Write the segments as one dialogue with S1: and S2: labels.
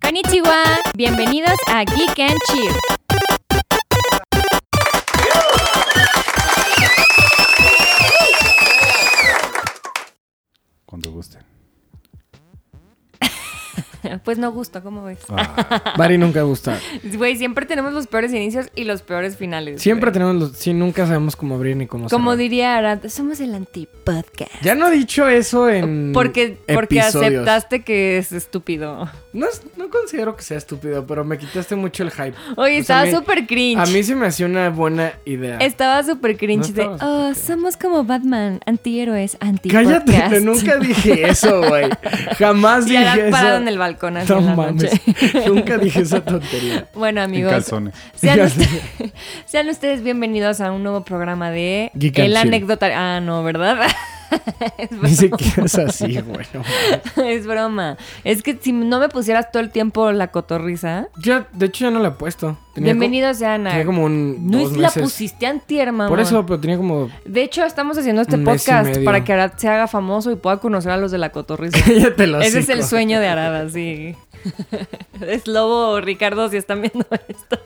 S1: Konnichiwa. Bienvenidos a Geek and Chill.
S2: Cuando gusten.
S1: Pues no gusto, ¿cómo ves?
S3: Bari nunca gusta.
S1: Güey, siempre tenemos los peores inicios y los peores finales.
S3: Siempre
S1: güey.
S3: tenemos los. Sí, nunca sabemos cómo abrir ni cómo
S1: Como
S3: cerrar.
S1: diría Arad, somos el antipodcast.
S3: Ya no he dicho eso en.
S1: Porque, porque
S3: episodios.
S1: aceptaste que es estúpido.
S3: No, es- no considero que sea estúpido, pero me quitaste mucho el hype.
S1: Oye,
S3: O
S1: estaba
S3: sea, me-
S1: súper cringe.
S3: Pues A mí se me hacía una buena idea.
S1: Estaba súper cringe
S3: No
S1: de,
S3: estaba
S1: oh,
S3: súper cringe".
S1: somos como Batman, antihéroes, anti
S3: Cállate, yo nunca dije eso, güey. Jamás
S1: Y Arad
S3: dije
S1: parado
S3: eso.
S1: en el balcón así
S3: No
S1: en la
S3: mames.
S1: noche.
S3: Nunca dije esa tontería.
S1: Bueno,
S2: En
S1: amigos,
S2: calzones.
S1: sean,
S3: Ya
S1: ustedes, sean ustedes bienvenidos a un nuevo programa de
S3: Geek and
S1: El
S3: Chill.
S1: Anécdota. Ah, no, ¿verdad? es, broma,
S3: Ni siquiera es así, güey. no mames.
S1: es broma. Es que si no me pusieras todo el tiempo la cotorriza,
S3: Ya, de hecho, ya no la he puesto. Tenía
S1: bienvenidos sean
S3: como-
S1: a...
S3: tenía como un.
S1: No
S3: dos
S1: es la
S3: meses.
S1: pusiste antier, mamón.
S3: Por eso, pero tenía como.
S1: De hecho, estamos haciendo este
S3: Un mes y
S1: podcast
S3: medio.
S1: para que Arad se haga famoso y pueda conocer a los de la cotorriza.
S3: Cállate los
S1: Ese es el
S3: hocico.
S1: sueño de Arada, sí. es lobo, Ricardo, si están viendo esto.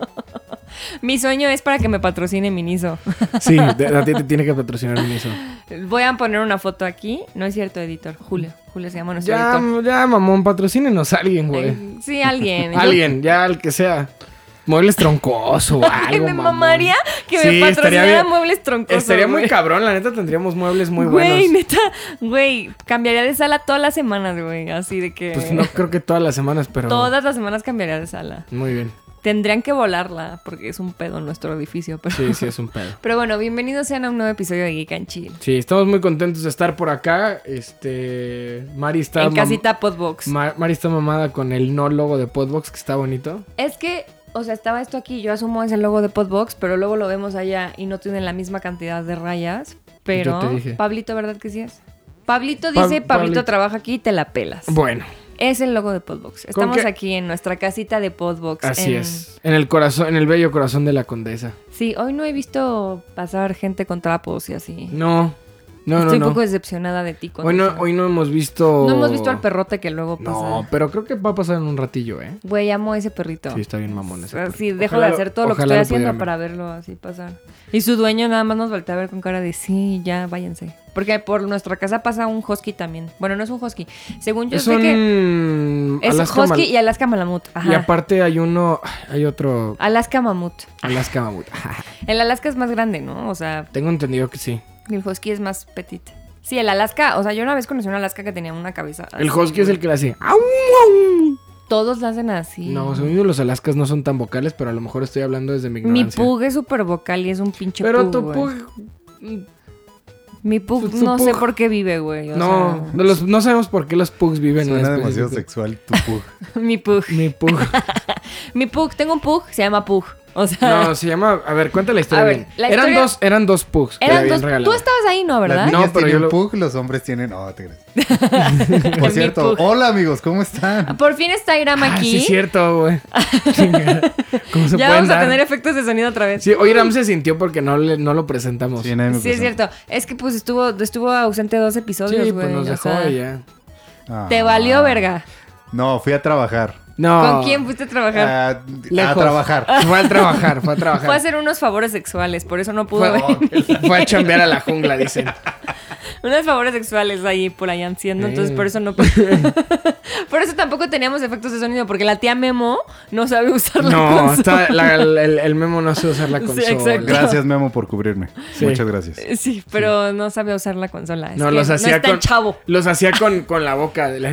S1: Mi sueño es para que me patrocine Miniso.
S3: Sí, de- a ti te tiene que patrocinar Miniso.
S1: Voy a poner una foto aquí. No es cierto, editor. Julio. Julio se llama nuestro
S3: Ya,
S1: editor.
S3: ya, mamón, patrocínenos a alguien, güey.
S1: Eh, Sí, alguien. Yo-
S3: Alguien, ya, el que sea. Muebles troncoso o
S1: Ay,
S3: algo,
S1: me
S3: mamón.
S1: mamaría que
S3: Sí,
S1: me
S3: estaría
S1: patrocinara
S3: bien.
S1: muebles troncosos.
S3: Estaría muy
S1: güey.
S3: cabrón, la neta tendríamos muebles muy
S1: Güey,
S3: buenos.
S1: neta. Güey, cambiaría de sala todas las semanas, güey. Así de que.
S3: Pues no creo que todas las semanas, pero.
S1: Todas las semanas cambiaría de sala.
S3: Muy bien.
S1: Tendrían que volarla porque es un pedo nuestro edificio. Pero...
S3: Sí, sí, es un pedo.
S1: Pero bueno, bienvenidos sean a un nuevo episodio de Geek and Chill.
S3: Sí, estamos muy contentos de estar por acá. Este. Mari está.
S1: en
S3: mam-
S1: casita Podbox.
S3: Ma- Mari está mamada con el no logo de Podbox, que está bonito.
S1: es que, o sea, estaba esto aquí, yo asumo es el logo de Podbox, pero luego lo vemos allá y no tienen la misma cantidad de rayas. Pero,
S3: Yo te dije.
S1: Pablito, ¿verdad que sí es? Pablito
S3: Pa-
S1: dice, Pablito
S3: Pablito.
S1: trabaja aquí y te la pelas.
S3: Bueno,
S1: Es el logo de Podbox. Estamos
S3: que-
S1: aquí en nuestra casita de Podbox.
S3: así
S1: en-
S3: es. En el corazón, en el bello corazón de la condesa.
S1: Sí, hoy no he visto pasar gente con trapos y así.
S3: No, no,
S1: Estoy
S3: no. no.
S1: un poco decepcionada de ti.
S3: Hoy no,
S1: Condesa.
S3: hoy no hemos visto.
S1: No hemos visto al perrote que luego pasa.
S3: No, pero creo que va a pasar en un ratillo, ¿eh?
S1: Güey, amo a ese perrito.
S3: Sí, está bien mamón ese perro.
S1: Sí, dejo
S3: Ojalá
S1: de
S3: lo-
S1: hacer todo lo que
S3: ojalá
S1: estoy haciendo
S3: pudiera
S1: para verlo así pasar. Y su dueño nada más nos voltea a ver con cara de sí, ya, váyanse. Porque por nuestra casa pasa un husky también. Bueno, no es un husky. Según yo
S3: Es
S1: sé que
S3: un.
S1: es
S3: Alaska
S1: husky
S3: Mal-
S1: y Alaska Malamut. Ajá.
S3: Y aparte hay uno. Hay otro.
S1: Alaska Mamut.
S3: Alaska Mamut.
S1: El Alaska es más grande, ¿no? O sea,
S3: Tengo entendido que sí.
S1: el husky es más petit. Sí, el Alaska, o sea, yo una vez conocí un Alaska que tenía una cabeza.
S3: El
S1: así,
S3: husky es el que le hace. "Au".
S1: Todos la hacen así.
S3: No, según yo, los Alaskas no son tan vocales, pero a lo mejor estoy hablando desde mi
S1: Mi
S3: ignorancia.
S1: pug es súper vocal y es un pinche
S3: Pero
S1: pug,
S3: tu
S1: güey.
S3: pug.
S1: Mi pug
S3: su- su
S1: no sé
S3: pug-
S1: por qué vive, güey. o
S3: No,
S1: sea.
S3: no los- no sabemos por qué los pugs viven
S2: Suena
S3: en este
S2: demasiado
S3: específico.
S2: sexual tu pug.
S1: Mi pug.
S3: Mi pug.
S1: Mi pug, tengo un pug, se llama pug. O sea,
S3: No, se llama. A ver, cuenta la historia.
S1: A ver,
S3: bien.
S1: la
S3: eran
S1: historia-
S3: dos, eran dos pugs. que le
S1: eran
S3: habían
S1: dos.
S3: regalado.
S1: Tú estabas ahí, ¿no?
S2: Las
S1: ¿Verdad?
S3: No,
S2: niñas
S3: pero yo
S2: tienen
S3: lo-
S2: pug, los hombres tienen. Oh, te creas.
S1: Mi
S2: Por cierto,
S1: pug.
S2: hola amigos, ¿cómo están?
S1: Por fin está Iram
S3: Ah,
S1: aquí.
S3: sí, es cierto, güey. Chinga. ¿Cómo se
S1: ya
S3: pueden
S1: vamos a
S3: dar?
S1: tener efectos de sonido otra vez. Sí.
S3: Sí, hoy Ram se sintió porque no, le, no lo presentamos. Sí,
S2: nadie me
S1: es
S2: presentó.
S1: cierto. Es que pues estuvo, estuvo ausente dos episodios, güey.
S3: pues nos
S1: o
S3: dejó
S1: sea,
S3: y ya.
S2: Ah.
S1: Te valió verga.
S2: No, fui a trabajar. Ah,
S3: No.
S1: ¿Con quién fuiste a trabajar? Ah.
S2: A, a
S3: Lejos.
S2: trabajar.
S3: Fue a trabajar, fue a trabajar.
S1: Fue a hacer unos favores sexuales, por eso no pudo
S3: Fue- Oh.
S1: venir.
S3: fue a chambear a la jungla, dicen.
S1: Unos favores sexuales ahí por allá haciendo, entonces
S3: Eh.
S1: por eso no Por eso tampoco teníamos efectos de sonido, porque la tía Memo no sabe usar la
S3: No,
S1: consola.
S3: está, la- el, el memo no se usar la
S1: Sí,
S3: consola.
S1: exacto.
S2: Gracias, Memo, por cubrirme.
S3: Sí.
S2: Muchas gracias.
S1: Sí, pero no sabía usar la consola. Es
S3: No,
S1: que
S3: los
S1: no
S3: hacía
S1: es tan
S3: con.
S1: chavo.
S3: Los hacía con, con la boca. de la-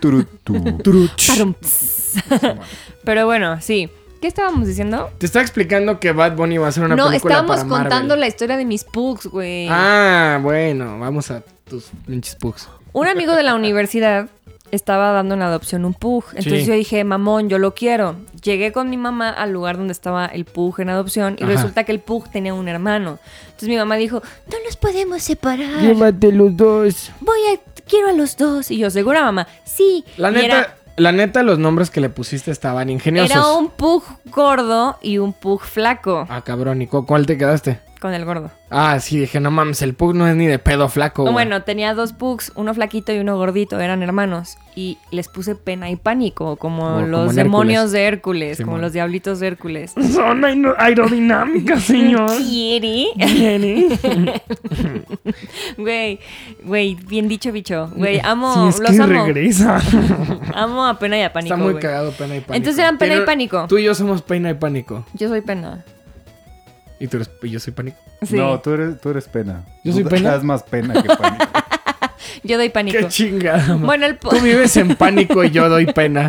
S2: Turu, tu.
S1: Parum, pss. pero bueno, sí. ¿Qué estábamos diciendo?
S3: Te estaba explicando que Bad Bunny va a hacer una
S1: no,
S3: película
S1: estábamos
S3: para Marvel.
S1: contando la historia de mis pugs, güey.
S3: Ah, bueno, vamos a tus pinches pugs.
S1: Un amigo de la universidad estaba dando en adopción un pug. Entonces
S3: Sí.
S1: yo dije, mamón, yo lo quiero. Llegué con mi mamá al lugar donde estaba el pug en adopción y
S3: Ajá.
S1: resulta que el pug tenía un hermano. Entonces mi mamá dijo, no nos podemos separar.
S3: Llévate los dos.
S1: Voy a, quiero a los dos. Y yo, segura mamá, sí.
S3: La
S1: Y
S3: neta,
S1: era-
S3: la neta, los nombres que le pusiste estaban ingeniosos.
S1: Era un pug gordo y un pug flaco.
S3: Ah, cabrón, ¿y cu- cuál te quedaste?
S1: Con, con el gordo.
S3: Ah, sí, dije, no mames, el Pug no es ni de pedo flaco. güey.
S1: Bueno, tenía dos pugs, uno flaquito y uno gordito, eran hermanos. Y les puse pena y pánico, como,
S3: Como- como
S1: los
S3: en
S1: demonios
S3: Hércules.
S1: de Hércules, como
S3: Simón.
S1: los diablitos de Hércules.
S3: Son aer- aerodinámicas, señor.
S1: ¿Quiere?
S3: Jenny.
S1: Güey, güey, bien dicho, bicho. Güey, amo,
S3: Si es
S1: los
S3: que
S1: amo.
S3: regresa.
S1: Amo a pena y a pánico.
S3: Está muy
S1: güey.
S3: cagado Pena y Pánico.
S1: Entonces eran Pena y
S3: Pero
S1: Pánico.
S3: Tú y yo somos Pena y Pánico.
S1: Yo soy pena.
S3: Y tú eres, y yo soy Pánico.
S1: Sí.
S2: No, tú eres, tú eres pena.
S3: ¿Yo soy
S2: Tú
S3: pena?
S2: Das más pena que pánico.
S1: Yo doy pánico.
S3: Qué chingada. ma.
S1: Bueno, el po-
S3: Tú vives en pánico y yo doy pena.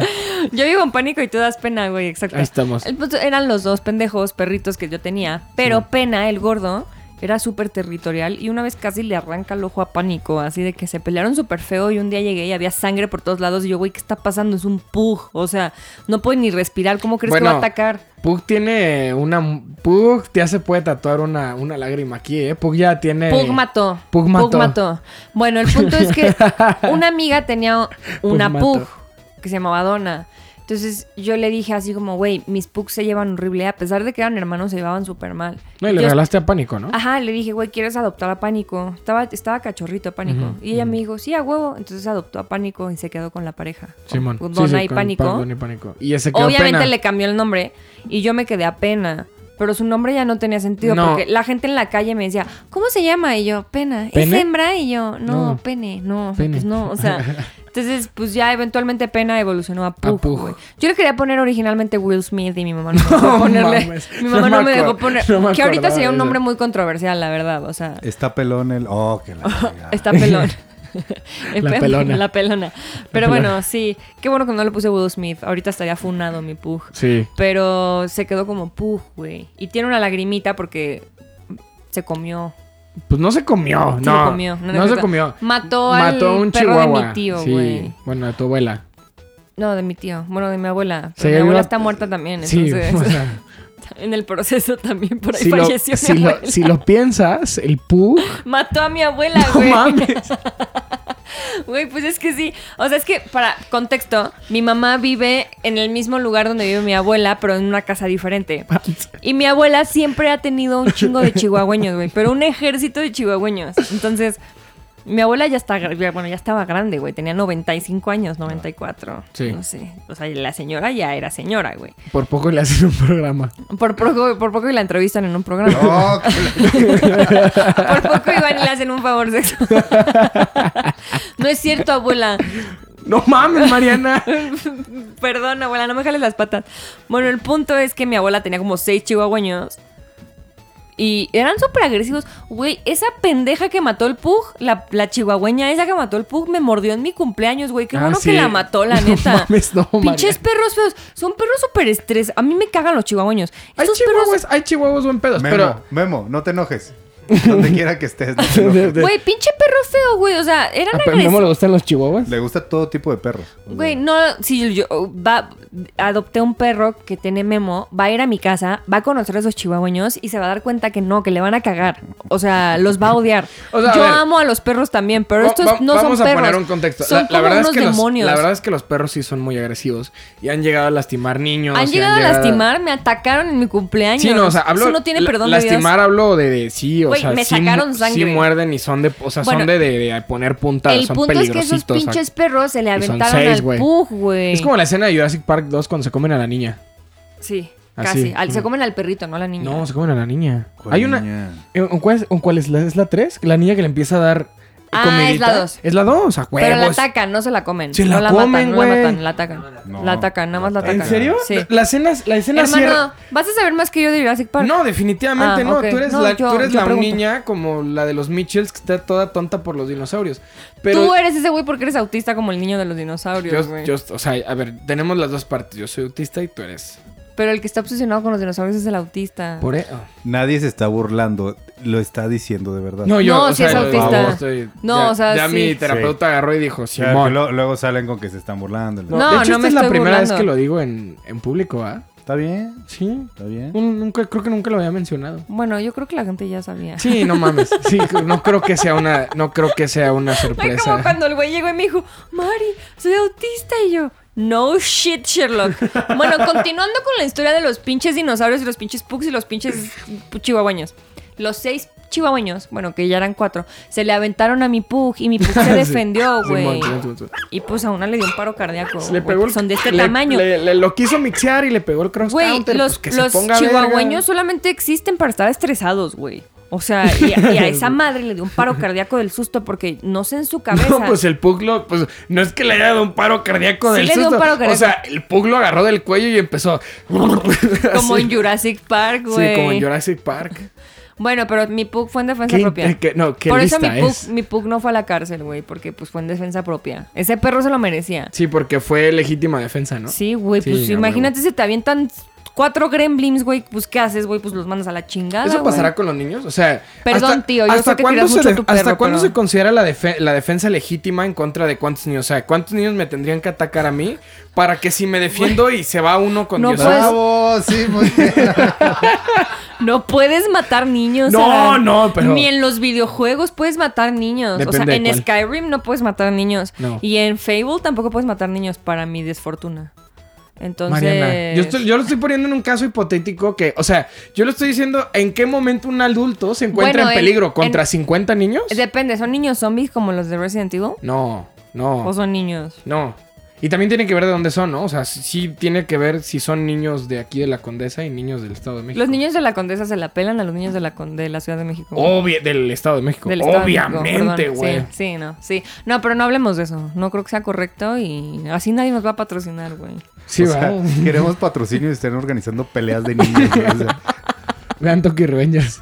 S1: yo vivo en pánico y tú das pena, güey, exacto.
S3: Ahí estamos.
S1: El punto- eran los dos pendejos perritos que yo tenía, pero Pena, el gordo, era súper territorial y una vez casi le arranca el ojo a Pánico, así de que se pelearon súper feo y un día llegué y había sangre por todos lados y yo, güey, ¿qué está pasando? Es un pug, o sea, no puede ni respirar, ¿cómo crees que va a
S3: Bueno.
S1: atacar?
S3: Pug tiene una. Pug ya se puede tatuar una, una lágrima aquí, ¿eh? Pug ya tiene.
S1: Pug mató.
S3: Pug mató.
S1: Bueno, el punto es que una amiga tenía una
S3: Pug
S1: pug
S3: mató.
S1: que se llamaba Donna. Entonces yo le dije así como, güey, mis pugs se llevan horrible. A pesar de que eran hermanos, se llevaban súper mal.
S3: No, y
S1: Yo-
S3: le
S1: Ah,
S3: regalaste a pánico, ¿no?
S1: Ajá, le dije, güey, ¿quieres adoptar a Pánico? Estaba, estaba cachorrito Pánico.
S3: Ujú,
S1: y ella
S3: ujú.
S1: me dijo, sí, a huevo. Entonces adoptó a Pánico y se quedó con la pareja.
S3: Simón.
S1: Con
S3: Sí,
S1: Donna
S3: sí,
S1: y
S3: con
S1: Pánico.
S3: Pug, Donna y pánico. Y ese quedó
S1: Obviamente
S3: pena.
S1: le cambió el nombre y yo me quedé a pena. Pero su nombre ya no tenía sentido
S3: No.
S1: porque la gente en la calle me decía, ¿cómo se llama? Y yo, pena. ¿Es
S3: ¿Pene?
S1: hembra? Y yo, no,
S3: No.
S1: pene, no,
S3: Pene.
S1: pues no, o sea. Entonces, pues ya eventualmente Pena evolucionó a Pug,
S3: Pug.
S1: güey. Yo le quería poner originalmente Will Smith y mi mamá no me dejó
S3: No
S1: ponerle.
S3: mames,
S1: mi mamá
S3: no
S1: no
S3: me
S1: me dejó
S3: acuer-
S1: poner.
S3: no me
S1: que ahorita
S3: acordaba
S1: sería
S3: de
S1: un
S3: eso.
S1: nombre muy controversial, la verdad, o sea.
S2: Está pelón el. Oh, que la. fregada.
S1: Está pelón.
S3: La pelona.
S1: La pelona. Pero
S3: La pelona.
S1: bueno, sí. Qué bueno que no le puse Will Smith. Ahorita estaría funado mi Pug.
S3: Sí.
S1: Pero se quedó como puf, güey. Y tiene una lagrimita porque se comió.
S3: Pues no se comió,
S1: Sí
S3: no.
S1: lo comió, no,
S3: No,
S1: no es
S3: se
S1: cierto.
S3: comió.
S1: Mató al
S3: Mató a un
S1: perro
S3: chihuahua.
S1: de mi tío,
S3: sí.
S1: güey.
S3: Bueno, de tu abuela.
S1: No, de mi tío. Bueno, de mi abuela. Pero
S3: Se
S1: mi abuela
S3: iba-
S1: está muerta también.
S3: Sí,
S1: Entonces,
S3: o sea,
S1: en el proceso también por ahí
S3: si, lo,
S1: falleció
S3: si
S1: mi
S3: lo-
S1: abuela.
S3: si lo piensas, el Pug.
S1: Mató a mi abuela,
S3: No
S1: güey.
S3: mames.
S1: Güey, pues es que sí. O sea, es que para contexto, mi mamá vive en el mismo lugar donde vive mi abuela, pero en una casa diferente. Y mi abuela siempre ha tenido un chingo de chihuahueños, güey, pero un ejército de chihuahueños. Entonces, mi abuela ya está, gra- ya- bueno, ya estaba grande, güey, tenía 95 años, 94.
S3: Sí.
S1: No sé. O sea, la señora ya era señora, güey.
S3: Por poco le hacen un programa.
S1: Por poco, por poco y la entrevistan en un programa.
S2: Oh, que la-
S1: Por poco iban y le hacen un favor sexual. no es cierto, abuela.
S3: No mames, Mariana.
S1: Perdón, abuela, no me jales las patas. Bueno, el punto es que mi abuela tenía como seis chihuahueños. Y eran súper agresivos. Güey, esa pendeja que mató el Pug, la, la chihuahueña esa que mató el Pug, me mordió en mi cumpleaños, güey. Qué
S3: Ah,
S1: bueno
S3: sí.
S1: que la mató, la
S3: No
S1: neta.
S3: mames, no,
S1: Pinches
S3: Mariana.
S1: perros feos. Son perros súper estrés. A mí me cagan los chihuahueños.
S3: Hay
S1: Esos perros.
S3: chihuahuas, hay chihuahuas buen pedos,
S2: Memo, Ah,
S3: pero.
S2: Memo, no te enojes. Donde quiera que estés. no te
S3: De-
S2: enojes.
S3: de-
S1: Güey, pinche perro feo, güey. O sea, eran
S3: ¿A
S1: agresivos.
S3: Memo le gustan los chihuahuas?
S2: Le gusta todo tipo de perros. O sea,
S1: Güey, no, si yo va, adopté un perro que tiene Memo, va a ir a mi casa, va a conocer a esos chihuahueños y se va a dar cuenta que no, que le van a cagar. O sea, los va a odiar.
S3: O sea, a
S1: yo
S3: ver.
S1: amo a los perros también, pero
S3: Va-
S1: estos
S3: va-
S1: no son
S3: vamos
S1: perros.
S3: a poner un contexto.
S1: Son
S3: la, la
S1: como
S3: verdad
S1: unos
S3: es que los,
S1: demonios.
S3: La verdad es que los perros sí son muy agresivos y han llegado a lastimar niños.
S1: han
S3: y
S1: llegado a lastimar, me atacaron en mi cumpleaños.
S3: Sí, no, o sea, hablo.
S1: Eso no tiene
S3: la-
S1: perdón de Dios.
S3: Lastimar hablo de, de sí, o
S1: Güey,
S3: sea,
S1: me
S3: sí,
S1: sacaron
S3: mu-
S1: sangre.
S3: sí muerden y son de, o sea,
S1: Bueno,
S3: son de, de- de poner puntas,
S1: El
S3: son
S1: punto es que esos
S3: peligrositos, o sea,
S1: pinches eh, perros se le
S3: y son
S1: aventaron
S3: seis,
S1: al
S3: güey.
S1: pug, güey.
S3: Es como la escena de Jurassic Park 2 cuando se comen a la niña.
S1: Sí,
S3: Así.
S1: casi. Al- se comen al perrito, no a la niña.
S3: Ah, No, se comen a la niña.
S2: ¿cuál
S3: Hay una
S2: niña?
S3: eh, ¿Cuál es, cuál es la, es la 3? La niña que le empieza a dar
S1: Ah,
S3: comidita.
S1: es la dos.
S3: Es la 2, a
S1: Pero la
S3: huevos.
S1: atacan, no se la comen.
S3: Se la
S1: no la
S3: comen,
S1: matan, no la
S3: güey.
S1: matan, la atacan.
S2: No.
S1: La atacan, nada más la
S2: ¿En
S1: atacan.
S3: ¿En serio?
S1: Sí.
S3: La escena, la escena
S1: Hermano,
S3: cierra.
S1: vas a saber más que yo de Jurassic Park.
S3: No, definitivamente
S1: Ah,
S3: no.
S1: ok.
S3: Tú eres
S1: No,
S3: la,
S1: yo-
S3: tú eres
S1: yo
S3: la
S1: pregunto.
S3: niña como la de los Mitchells que está toda tonta por los dinosaurios. Pero
S1: Tú eres ese güey porque eres autista como el niño de los dinosaurios,
S3: yo,
S1: güey.
S3: yo, o sea, a ver, tenemos las dos partes. Yo soy autista y tú eres.
S1: Pero el que está obsesionado con los dinosaurios es el autista.
S3: Por eso.
S2: Nadie se está burlando. Lo está diciendo de verdad.
S3: No, yo
S1: No,
S3: o
S1: sí
S3: sea,
S1: es
S3: yo-
S1: autista.
S3: yo estoy-
S1: No,
S3: ya-
S1: o sea,
S3: ya
S1: sí.
S3: mi terapeuta agarró y dijo,
S2: O sea, que
S3: Simón.
S2: lo- luego salen con que se están burlando.
S1: No,
S3: de hecho,
S1: no
S3: esta
S1: me
S3: es la
S1: estoy
S3: primera
S1: burlando.
S3: vez que lo digo en, en público, ¿ah?
S2: Está bien,
S3: Sí.
S2: está bien.
S3: Un- nunca, creo que nunca lo había mencionado.
S1: Bueno, yo creo que la gente ya sabía.
S3: Sí, no mames. Sí, no creo que sea una, no creo que sea una
S1: Ay, como
S3: sorpresa.
S1: cuando el güey llegó y me dijo, Mari, soy autista. Y yo, no shit, Sherlock. bueno, continuando con la historia de los pinches dinosaurios y los pinches pugs y los pinches chihuahuaños. los seis chihuahueños, bueno, que ya eran cuatro, se le aventaron a mi Pug y mi Pug se defendió,
S3: Sí,
S1: güey.
S3: Simón, Simón, Simón, Simón.
S1: y pues a una le dio un paro cardíaco.
S3: Le
S1: güey,
S3: pegó el-
S1: son de este
S3: le-
S1: tamaño.
S3: le- le- lo quiso mixear y le pegó el cross
S1: Güey,
S3: counter.
S1: los,
S3: pues, que
S1: los
S3: se ponga verga.
S1: chihuahueños solamente existen para estar estresados, güey. O sea, y a, y a esa madre le dio un paro cardíaco del susto porque no sé en su cabeza.
S3: No, pues el puglo, pues no es que le haya dado un paro cardíaco
S1: Sí
S3: del
S1: le dio un
S3: susto.
S1: paro
S3: O
S1: cardíaco.
S3: sea, el puglo agarró del cuello y empezó.
S1: como
S3: así.
S1: en Jurassic Park, güey.
S3: Sí, como en Jurassic Park.
S1: Bueno, pero mi Pug fue en defensa
S3: Qué in-
S1: propia.
S3: qué- no, qué
S1: Por eso
S3: lista
S1: mi Pug,
S3: es.
S1: mi Pug no fue a la cárcel, güey, porque pues fue en defensa propia. Ese perro se lo merecía.
S3: Sí, porque fue legítima defensa, ¿no?
S1: Sí, güey,
S3: Sí,
S1: pues
S3: a
S1: imagínate si te avientan cuatro gremlins, güey, pues ¿qué haces, güey? Pues los mandas a la chingada,
S3: ¿Eso
S1: güey.
S3: pasará con los niños? O sea,
S1: Perdón, tío, yo sé que
S3: cuándo
S1: querías
S3: se
S1: mucho a tu
S3: ¿Hasta
S1: perro,
S3: cuándo
S1: pero-
S3: se considera la, defe- la defensa legítima en contra de cuántos niños? O sea, ¿cuántos niños me tendrían que atacar a mí para que si me defiendo y se va uno con
S1: No
S3: Dios?
S1: puedes-
S2: Bravo, sí, muy bien.
S1: No puedes matar niños.
S3: No,
S1: Adán.
S3: no, pero-
S1: Ni en los videojuegos puedes matar niños. o
S3: Depende
S1: sea,
S3: de
S1: en
S3: cuál.
S1: Skyrim no puedes matar niños.
S3: No.
S1: Y en Fable tampoco puedes matar niños, para mi desfortuna. Entonces.
S3: Mariana, yo, estoy- yo lo estoy poniendo en un caso hipotético que, o sea, yo lo estoy diciendo en qué momento un adulto se encuentra
S1: Bueno,
S3: en
S1: en-
S3: peligro
S1: en-
S3: contra 50 niños.
S1: Depende, ¿son niños zombies como los de Resident Evil?
S3: No, no.
S1: ¿O son niños?
S3: No. Y también tiene que ver de dónde son, ¿no? O sea, sí- sí tiene que ver si son niños de aquí de la Condesa y niños del Estado de México.
S1: Los niños de la Condesa se la pelan a los niños de la, con- de la Ciudad de México.
S3: Obvia- del Estado de México.
S1: Del Estado de México,
S3: Oh, Obviamente,
S1: perdón.
S3: güey.
S1: Sí, sí, no, sí. No, pero no hablemos de eso. No creo que sea correcto y así nadie nos va a patrocinar, güey.
S3: Sí,
S2: O sea,
S3: va.
S2: queremos patrocinio y estén organizando peleas de niños. güey, o sea.
S3: Vean Tokyo Revengers.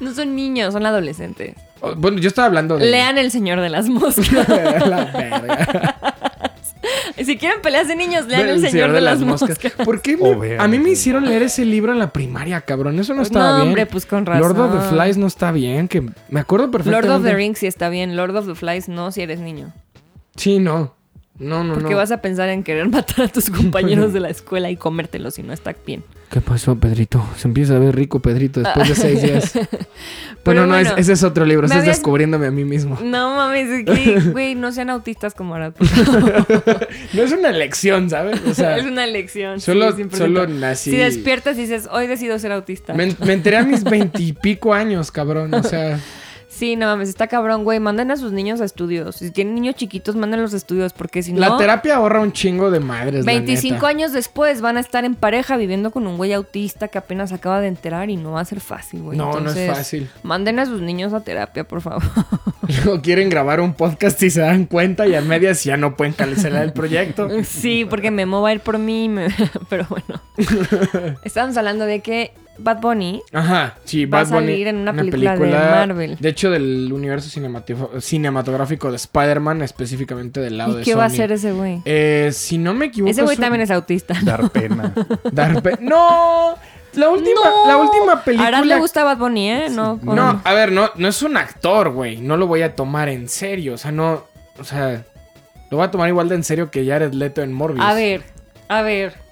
S1: No son niños, son adolescentes.
S3: Oh, Bueno, yo estaba hablando de.
S1: Lean El Señor de las Moscas.
S3: La verga.
S1: si quieren peleas de niños, lean El,
S3: Del
S1: Señor, de, las, Moscas.
S3: ¿Por qué me-
S2: O vean
S3: a mí
S2: El
S3: me
S2: Señor.
S3: hicieron leer ese libro en la primaria, cabrón? Eso no estaba
S1: No,
S3: bien.
S1: hombre, pues, con
S3: Lord of the
S1: razón.
S3: Flies no está bien, que me acuerdo perfectamente.
S1: Lord of the Rings sí está bien. Lord of the Flies no si eres niño.
S3: Sí, no. No, no,
S1: Porque
S3: no.
S1: vas a pensar en querer matar a tus compañeros de la escuela y comértelos si no está bien.
S3: ¿Qué pasó, Pedrito? Se empieza a ver rico Pedrito después de seis días. bueno, no, es-
S1: bueno,
S3: ese es otro libro.
S1: me
S3: Ese es
S1: habías- Mm.
S3: descubriéndome a mí mismo.
S1: No mames, es que, güey, no sean autistas como ahora. por favor.
S3: No es una lección, ¿sabes? O sea,
S1: es una lección.
S3: solo-
S1: 100%.
S3: solo nací-
S1: Si despiertas y dices, hoy decido ser autista.
S3: me, me enteré a mis veintipico años, cabrón. O sea,
S1: Sí, no mames, está cabrón, güey. Manden a sus niños a estudios. Si tienen niños chiquitos, mándenlos a estudios. Porque si
S3: la
S1: no,
S3: terapia ahorra un chingo de madres. la
S1: 25
S3: neta.
S1: años después van a estar en pareja viviendo con un güey autista que apenas acaba de enterar y no va a ser fácil, güey.
S3: No, no es
S1: Entonces,
S3: fácil.
S1: Manden a sus niños a terapia, por favor.
S3: Luego quieren grabar un podcast y se dan cuenta y a medias ya no pueden cancelar el proyecto.
S1: sí, porque Memo va a ir por mí, me- pero bueno. Estábamos hablando de que Bad Bunny
S3: Ajá, sí,
S1: Va a
S3: Bad Bunny,
S1: salir en una película de Marvel.
S3: De hecho, del universo cinematográfico- cinematográfico de Spider-Man, específicamente del lado
S1: ¿Y
S3: de
S1: qué va a
S3: Sony.
S1: hacer ese güey?
S3: Eh, si no me equivoco.
S1: Ese güey
S3: un-
S1: también es autista.
S2: Dar pena.
S3: Dar pe- ¡No! La última,
S1: No.
S3: la última
S1: A
S3: película.
S1: Arad le gusta Bad Bunny, ¿eh? No,
S3: No, a ver, no, no es un actor, güey. No lo voy a tomar en serio. O sea, no. O sea, lo voy a tomar igual de en serio que Jared Leto en Morbius.
S1: A ver, a ver.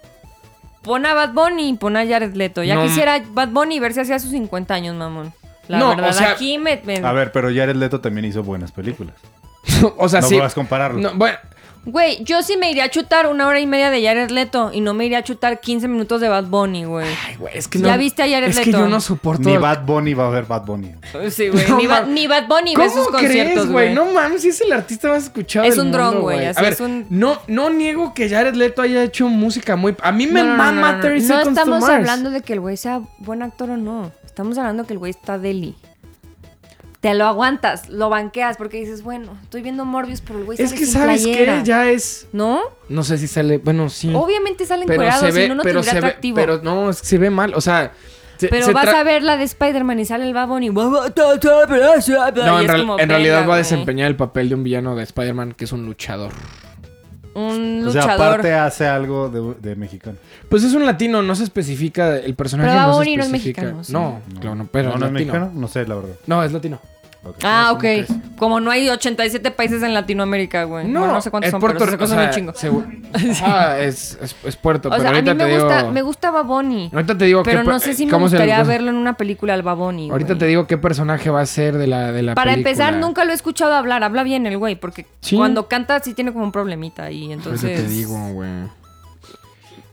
S1: Pon a Bad Bunny y pon a Jared Leto. Ya
S3: No.
S1: quisiera Bad Bunny verse hacia sus 50 años, mamón. La
S3: No,
S1: verdad,
S3: o sea-
S1: aquí me... me-
S2: A ver, pero Jared Leto también hizo buenas películas.
S3: o sea,
S2: no
S3: sí.
S2: puedes compararlo.
S3: No, bueno,
S1: Güey, yo sí me iría a chutar una hora y media de Jared Leto y no me iría a chutar 15 minutos de Bad Bunny, güey.
S3: ay, güey, es que no.
S1: ¿Ya viste a Jared
S3: Es que
S1: Leto?
S3: yo no soporto.
S2: Ni Bad Bunny va a ver Bad Bunny.
S1: Sí, güey.
S3: No,
S1: ni, Bad-
S3: ma-
S1: ni Bad Bunny ve sus
S3: ¿Cómo crees,
S1: conciertos,
S3: güey? No mames, si es el artista más escuchado
S1: Es
S3: del
S1: un dron,
S3: mundo,
S1: güey, así
S3: A ver,
S1: es un-
S3: no, no niego que Jared Leto haya hecho música muy... A mí me
S1: No, no, no,
S3: mama
S1: no, no.
S3: 30
S1: No
S3: Seconds to
S1: estamos
S3: Mars.
S1: hablando de que el güey sea buen actor o no. Estamos hablando que el güey está deli. Te lo aguantas, lo banqueas porque dices, bueno, estoy viendo Morbius, pero el güey
S3: Es
S1: sale
S3: que
S1: sin
S3: sabes
S1: playera.
S3: que ya es...
S1: ¿no?
S3: No sé si sale... Bueno, sí.
S1: Obviamente sale
S3: pero se
S1: encuerado,
S3: ve...
S1: si no, no
S3: pero
S1: tendría
S3: se ve...
S1: atractivo.
S3: Pero
S1: Pero,
S3: no, es que se ve mal. O sea... se- se
S1: vas
S3: tra-
S1: a ver la de Spider-Man y sale el Bad Bunny.
S3: No,
S1: No,
S3: en, real- en realidad va a desempeñar el papel de un villano de Spider-Man que es un luchador.
S1: Un
S2: O sea,
S1: luchador.
S2: aparte hace algo de, de mexicano.
S3: Pues es un latino, no se especifica... El personaje
S1: Pero Bad
S3: no se
S1: Bunny no es
S3: especifica.
S1: mexicano, sí.
S3: No, claro, no, pero
S2: ¿No,
S3: es
S2: no es
S3: latino.
S2: mexicano? No sé, la verdad.
S3: No, es latino.
S2: Ok.
S1: ah,
S3: ¿cómo crees?
S1: ok. Como no hay 87 países en Latinoamérica, güey. No, no sé cuántos
S3: es
S1: son,
S3: Puerto
S1: pero se
S3: Rico.
S1: cosas
S3: o
S1: un
S3: sea,
S1: chingo.
S3: seguro- Ah, es, es, es Puerto,
S1: O
S3: pero
S1: sea, a
S3: ahorita
S1: mí me
S3: te
S1: gusta,
S3: digo.
S1: me gusta Baboni.
S3: Ahorita te digo
S1: Pero
S3: qué per-
S1: no sé si me
S3: cómo se-
S1: gustaría verlo en una película al Baboni.
S3: Ahorita te digo qué personaje va a ser de la, de la
S1: Para
S3: película.
S1: empezar, nunca lo he escuchado hablar. Habla bien el güey, porque
S3: Sí.
S1: cuando canta sí tiene como un problemita y entonces.
S3: Ahorita te digo, güey.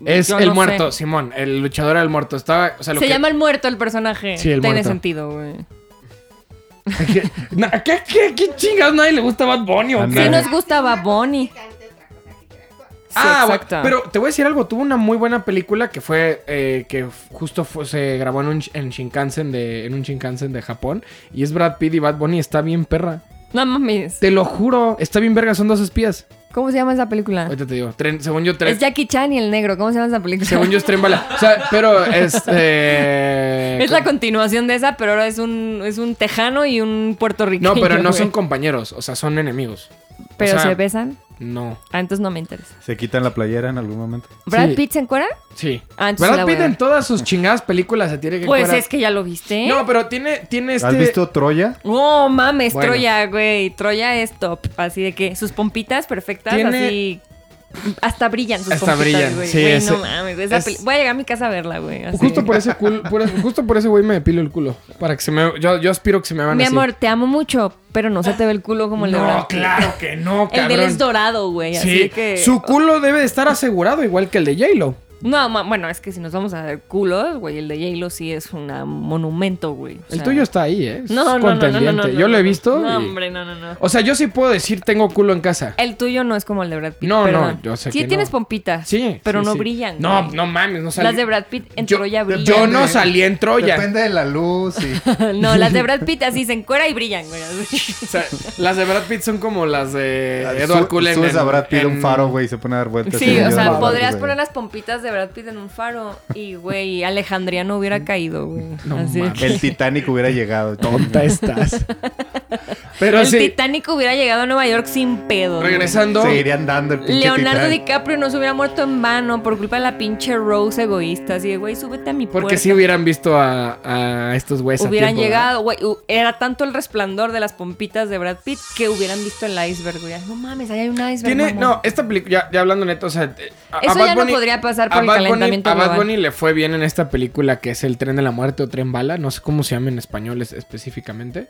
S3: Es
S1: Yo
S3: el
S1: no
S3: muerto,
S1: sé.
S3: Simón. El luchador era el muerto. Estaba. O sea, lo
S1: Se
S3: que-
S1: llama el muerto el personaje.
S3: Sí, el
S1: Tiene
S3: muerto.
S1: sentido, güey.
S3: Na- ¿Qué, qué, qué chingados? ¿Nadie le gusta Bad Bunny o
S2: Sí,
S3: qué?
S1: Sí
S2: Claro.
S1: nos gustaba Bonnie. Sí,
S3: Ah, bueno,
S1: exacto.
S3: pero te voy a decir algo. Tuvo una muy buena película que fue eh, que f- justo fue- se grabó en un sh- en Shinkansen de en un Shinkansen de Japón y es Brad Pitt y Bad Bunny. Está bien perra.
S1: No mames.
S3: Te lo juro, está bien verga. Son dos espías.
S1: ¿Cómo se llama esa película?
S3: Ahorita te digo. Tren- según
S1: Ah.
S3: yo
S1: Es
S3: tres.
S1: Jackie Chan y el negro. ¿Cómo se llama esa película?
S3: Según yo es Tren Bala. O sea, pero es. eh,
S1: Es la continuación de esa, pero ahora es un, es un tejano y un puertorriqueño.
S3: No, pero no
S1: güey.
S3: son compañeros. O sea, son enemigos. O
S1: Pero
S3: sea,
S1: se besan.
S3: No.
S1: Ah, entonces no me interesa.
S2: ¿Se quitan la playera en algún momento?
S1: ¿Brad
S3: Sí.
S1: Pitt se encuera?
S3: Sí.
S1: Ah, entonces la
S3: Brad
S1: voy a
S3: Pitt en
S1: ver.
S3: todas sus chingadas películas se tiene que
S1: Pues
S3: encuadrar.
S1: es que ya lo viste.
S3: No, pero tiene, tiene este.
S2: ¿Has visto Troya?
S1: Oh, mames,
S3: Bueno.
S1: Troya, güey. Troya es top. Así de que sus pompitas perfectas,
S3: Tiene-
S1: así. Hasta brillan sus
S3: Hasta
S1: pompitas,
S3: brillan,
S1: güey.
S3: sí,
S1: Güey,
S3: ese-
S1: no mames. esa
S3: es-
S1: peli- Voy a llegar a mi casa a verla, güey. así.
S3: Justo por ese culo, por ese- justo por ese güey me depilo el culo. Para que se me. Yo, yo aspiro que se me van
S1: Mi
S3: así.
S1: amor, te amo mucho, pero no se te ve el culo como el de Brad
S3: No,
S1: Pitt.
S3: claro que no,
S1: El
S3: cabrón.
S1: de él es dorado, güey. Así
S3: Sí,
S1: de que.
S3: su culo debe de estar asegurado, igual que el de J-Lo.
S1: No, ma- bueno, es que si nos vamos a ver culos, güey, el de J-Lo sí es un monumento, güey. O
S3: El
S1: sea-
S3: tuyo está ahí, ¿eh? Es
S1: No, no, no, no, no,
S3: contendiente.
S1: no, no,
S3: Yo lo
S1: no.
S3: he visto.
S1: No,
S3: y-
S1: hombre, Eh, no, no, no.
S3: O sea, yo sí puedo decir tengo culo en casa.
S1: El tuyo no es como el de Brad Pitt.
S3: No, no,
S1: perdón.
S3: yo sé
S1: sí
S3: que no.
S1: tienes pompitas.
S3: Sí.
S1: Pero
S3: sí,
S1: no
S3: sí.
S1: brillan.
S3: No,
S1: güey.
S3: no mames, no salí.
S1: Las de Brad Pitt en
S3: Yo-
S1: Troya brillan.
S3: Yo no
S1: güey.
S3: salí en Troya.
S2: Depende de la luz y...
S1: No, las de Brad Pitt así se encuera y brillan, güey.
S3: O sea, las de Brad Pitt son como las de Edward
S2: Su-
S3: Cullen.
S2: Subes a
S3: en-
S2: Brad Pitt
S3: en-
S2: un faro, güey, y se pone a dar vueltas.
S1: Sí,
S2: y
S1: o
S2: yo de
S1: sea,
S2: verdad,
S1: podrías
S2: güey.
S1: poner las pompitas de Brad Pitt en un faro y, güey, Alejandría no hubiera caído, güey.
S3: No
S1: Así de
S3: mames.
S1: que-
S2: El Titanic hubiera llegado.
S3: Tonta estás. Pero
S1: El
S3: sí,
S1: Titanic hubiera llegado a Nueva York sin pedo. güey.
S3: regresando.
S2: Seguiría andando el pinche
S1: Leonardo
S2: Titanic.
S1: DiCaprio no se hubiera muerto en vano por culpa de la pinche Rose egoísta. Así de, güey, súbete a mi
S3: Porque
S1: puerta.
S3: si hubieran visto a, a estos güeyes. a
S1: Hubieran
S3: tiempo, ¿verdad?
S1: llegado, güey. u- Era tanto el resplandor de las pompitas de Brad Pitt que hubieran visto el iceberg, güey. No mames, ahí hay un iceberg.
S3: Tiene,
S1: mamón.
S3: no, esta película, ya, ya hablando neto, o sea, eh, a-
S1: Eso
S3: a Bad
S1: ya no
S3: Bunny-
S1: podría pasar por
S3: a
S1: el
S3: Bad Bunny-
S1: calentamiento
S3: A Bad
S1: global.
S3: Bunny le fue bien en esta película que es El Tren de la Muerte o Tren Bala, no sé cómo se llama en español es- específicamente.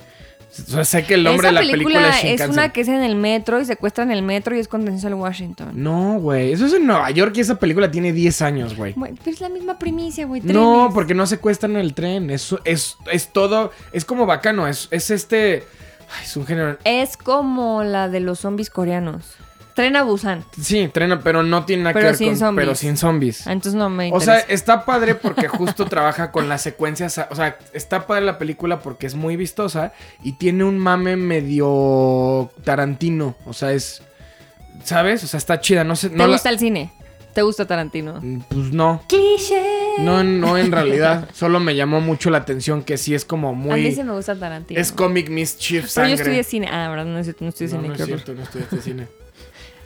S3: O sea, sé que el
S1: Esa
S3: nombre de la película,
S1: película,
S3: es
S1: es,
S3: Shinkansen.
S1: una que es en el metro y secuestran el metro y es contención al Washington.
S3: No, güey, eso es en Nueva York y esa película tiene 10 años, güey.
S1: Güey, pero es la misma primicia, güey.
S3: No,
S1: trenes.
S3: porque no secuestran el tren, es, es, es todo, es como bacano, es, es este... ay, es un género...
S1: Es como la de los zombies coreanos. Tren a Busan.
S3: Sí, tren, pero no tiene nada que
S1: Pero
S3: ver
S1: sin
S3: con...
S1: zombies.
S3: Pero sin zombies.
S1: Ah, Entonces no me
S3: O sea, eh,
S1: interesa.
S3: está padre porque justo trabaja con las secuencias. O sea, está padre la película porque es muy vistosa y tiene un mame medio tarantino. O sea, es. ¿Sabes? O sea, está chida. No sé.
S1: ¿Te
S3: no la-
S1: gusta el cine? ¿Te gusta Tarantino?
S3: Pues no.
S1: Cliché.
S3: No, no, en realidad. Solo me llamó mucho la atención que sí es como
S1: A mí
S3: muy.
S1: sí me gusta Tarantino.
S3: Es comic mischief
S1: Pero yo
S3: sangre.
S1: estudié cine. Ah, verdad, no es cierto, no estudié
S3: No,
S1: cine.
S3: no es
S1: creo que-
S3: cierto, no estudiaste cine.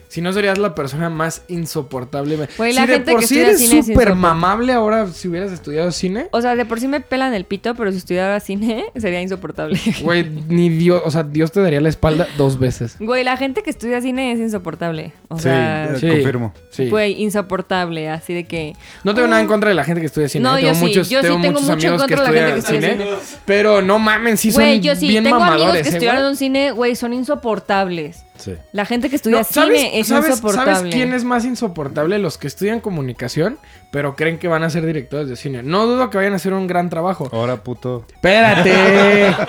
S3: Si no serías la persona más insoportable.
S1: Güey,
S3: si
S1: la
S3: de
S1: gente
S3: por
S1: que
S3: sí
S1: estudia
S3: eres
S1: cine es
S3: súper
S1: insoportable.
S3: mamable ahora si hubieras estudiado cine.
S1: O sea, de por sí me pelan el pito, pero si estudiara cine sería insoportable.
S3: Güey, ni Dios, o sea, Dios te daría la espalda dos veces.
S1: Güey, la gente que estudia cine es insoportable. O
S2: Sí,
S1: sea,
S2: eh, confirmo.
S3: Sí.
S1: güey, insoportable, así de que...
S3: no tengo nada en contra de la gente que estudia cine. eh.
S1: No,
S3: tengo
S1: yo sí,
S3: muchos,
S1: yo sí
S3: tengo
S1: tengo
S3: muchos
S1: mucho en
S3: amigos que
S1: contra de la gente
S3: estudian
S1: que
S3: cine.
S1: estudia
S3: Pero no mamen, sí son
S1: Güey, yo sí,
S3: bien
S1: tengo amigos
S3: mamadores.
S1: que
S3: ¿eh,
S1: estudiaron
S3: güey?
S1: cine, güey, son insoportables.
S2: Sí.
S1: La gente que estudia
S3: No,
S1: cine
S3: ¿sabes,
S1: es
S3: sabes,
S1: insoportable.
S3: ¿Sabes quién es más insoportable? Los que estudian comunicación, pero creen que van a ser directores de cine. No dudo que vayan a hacer un gran trabajo.
S2: Ahora, puto.
S3: Espérate.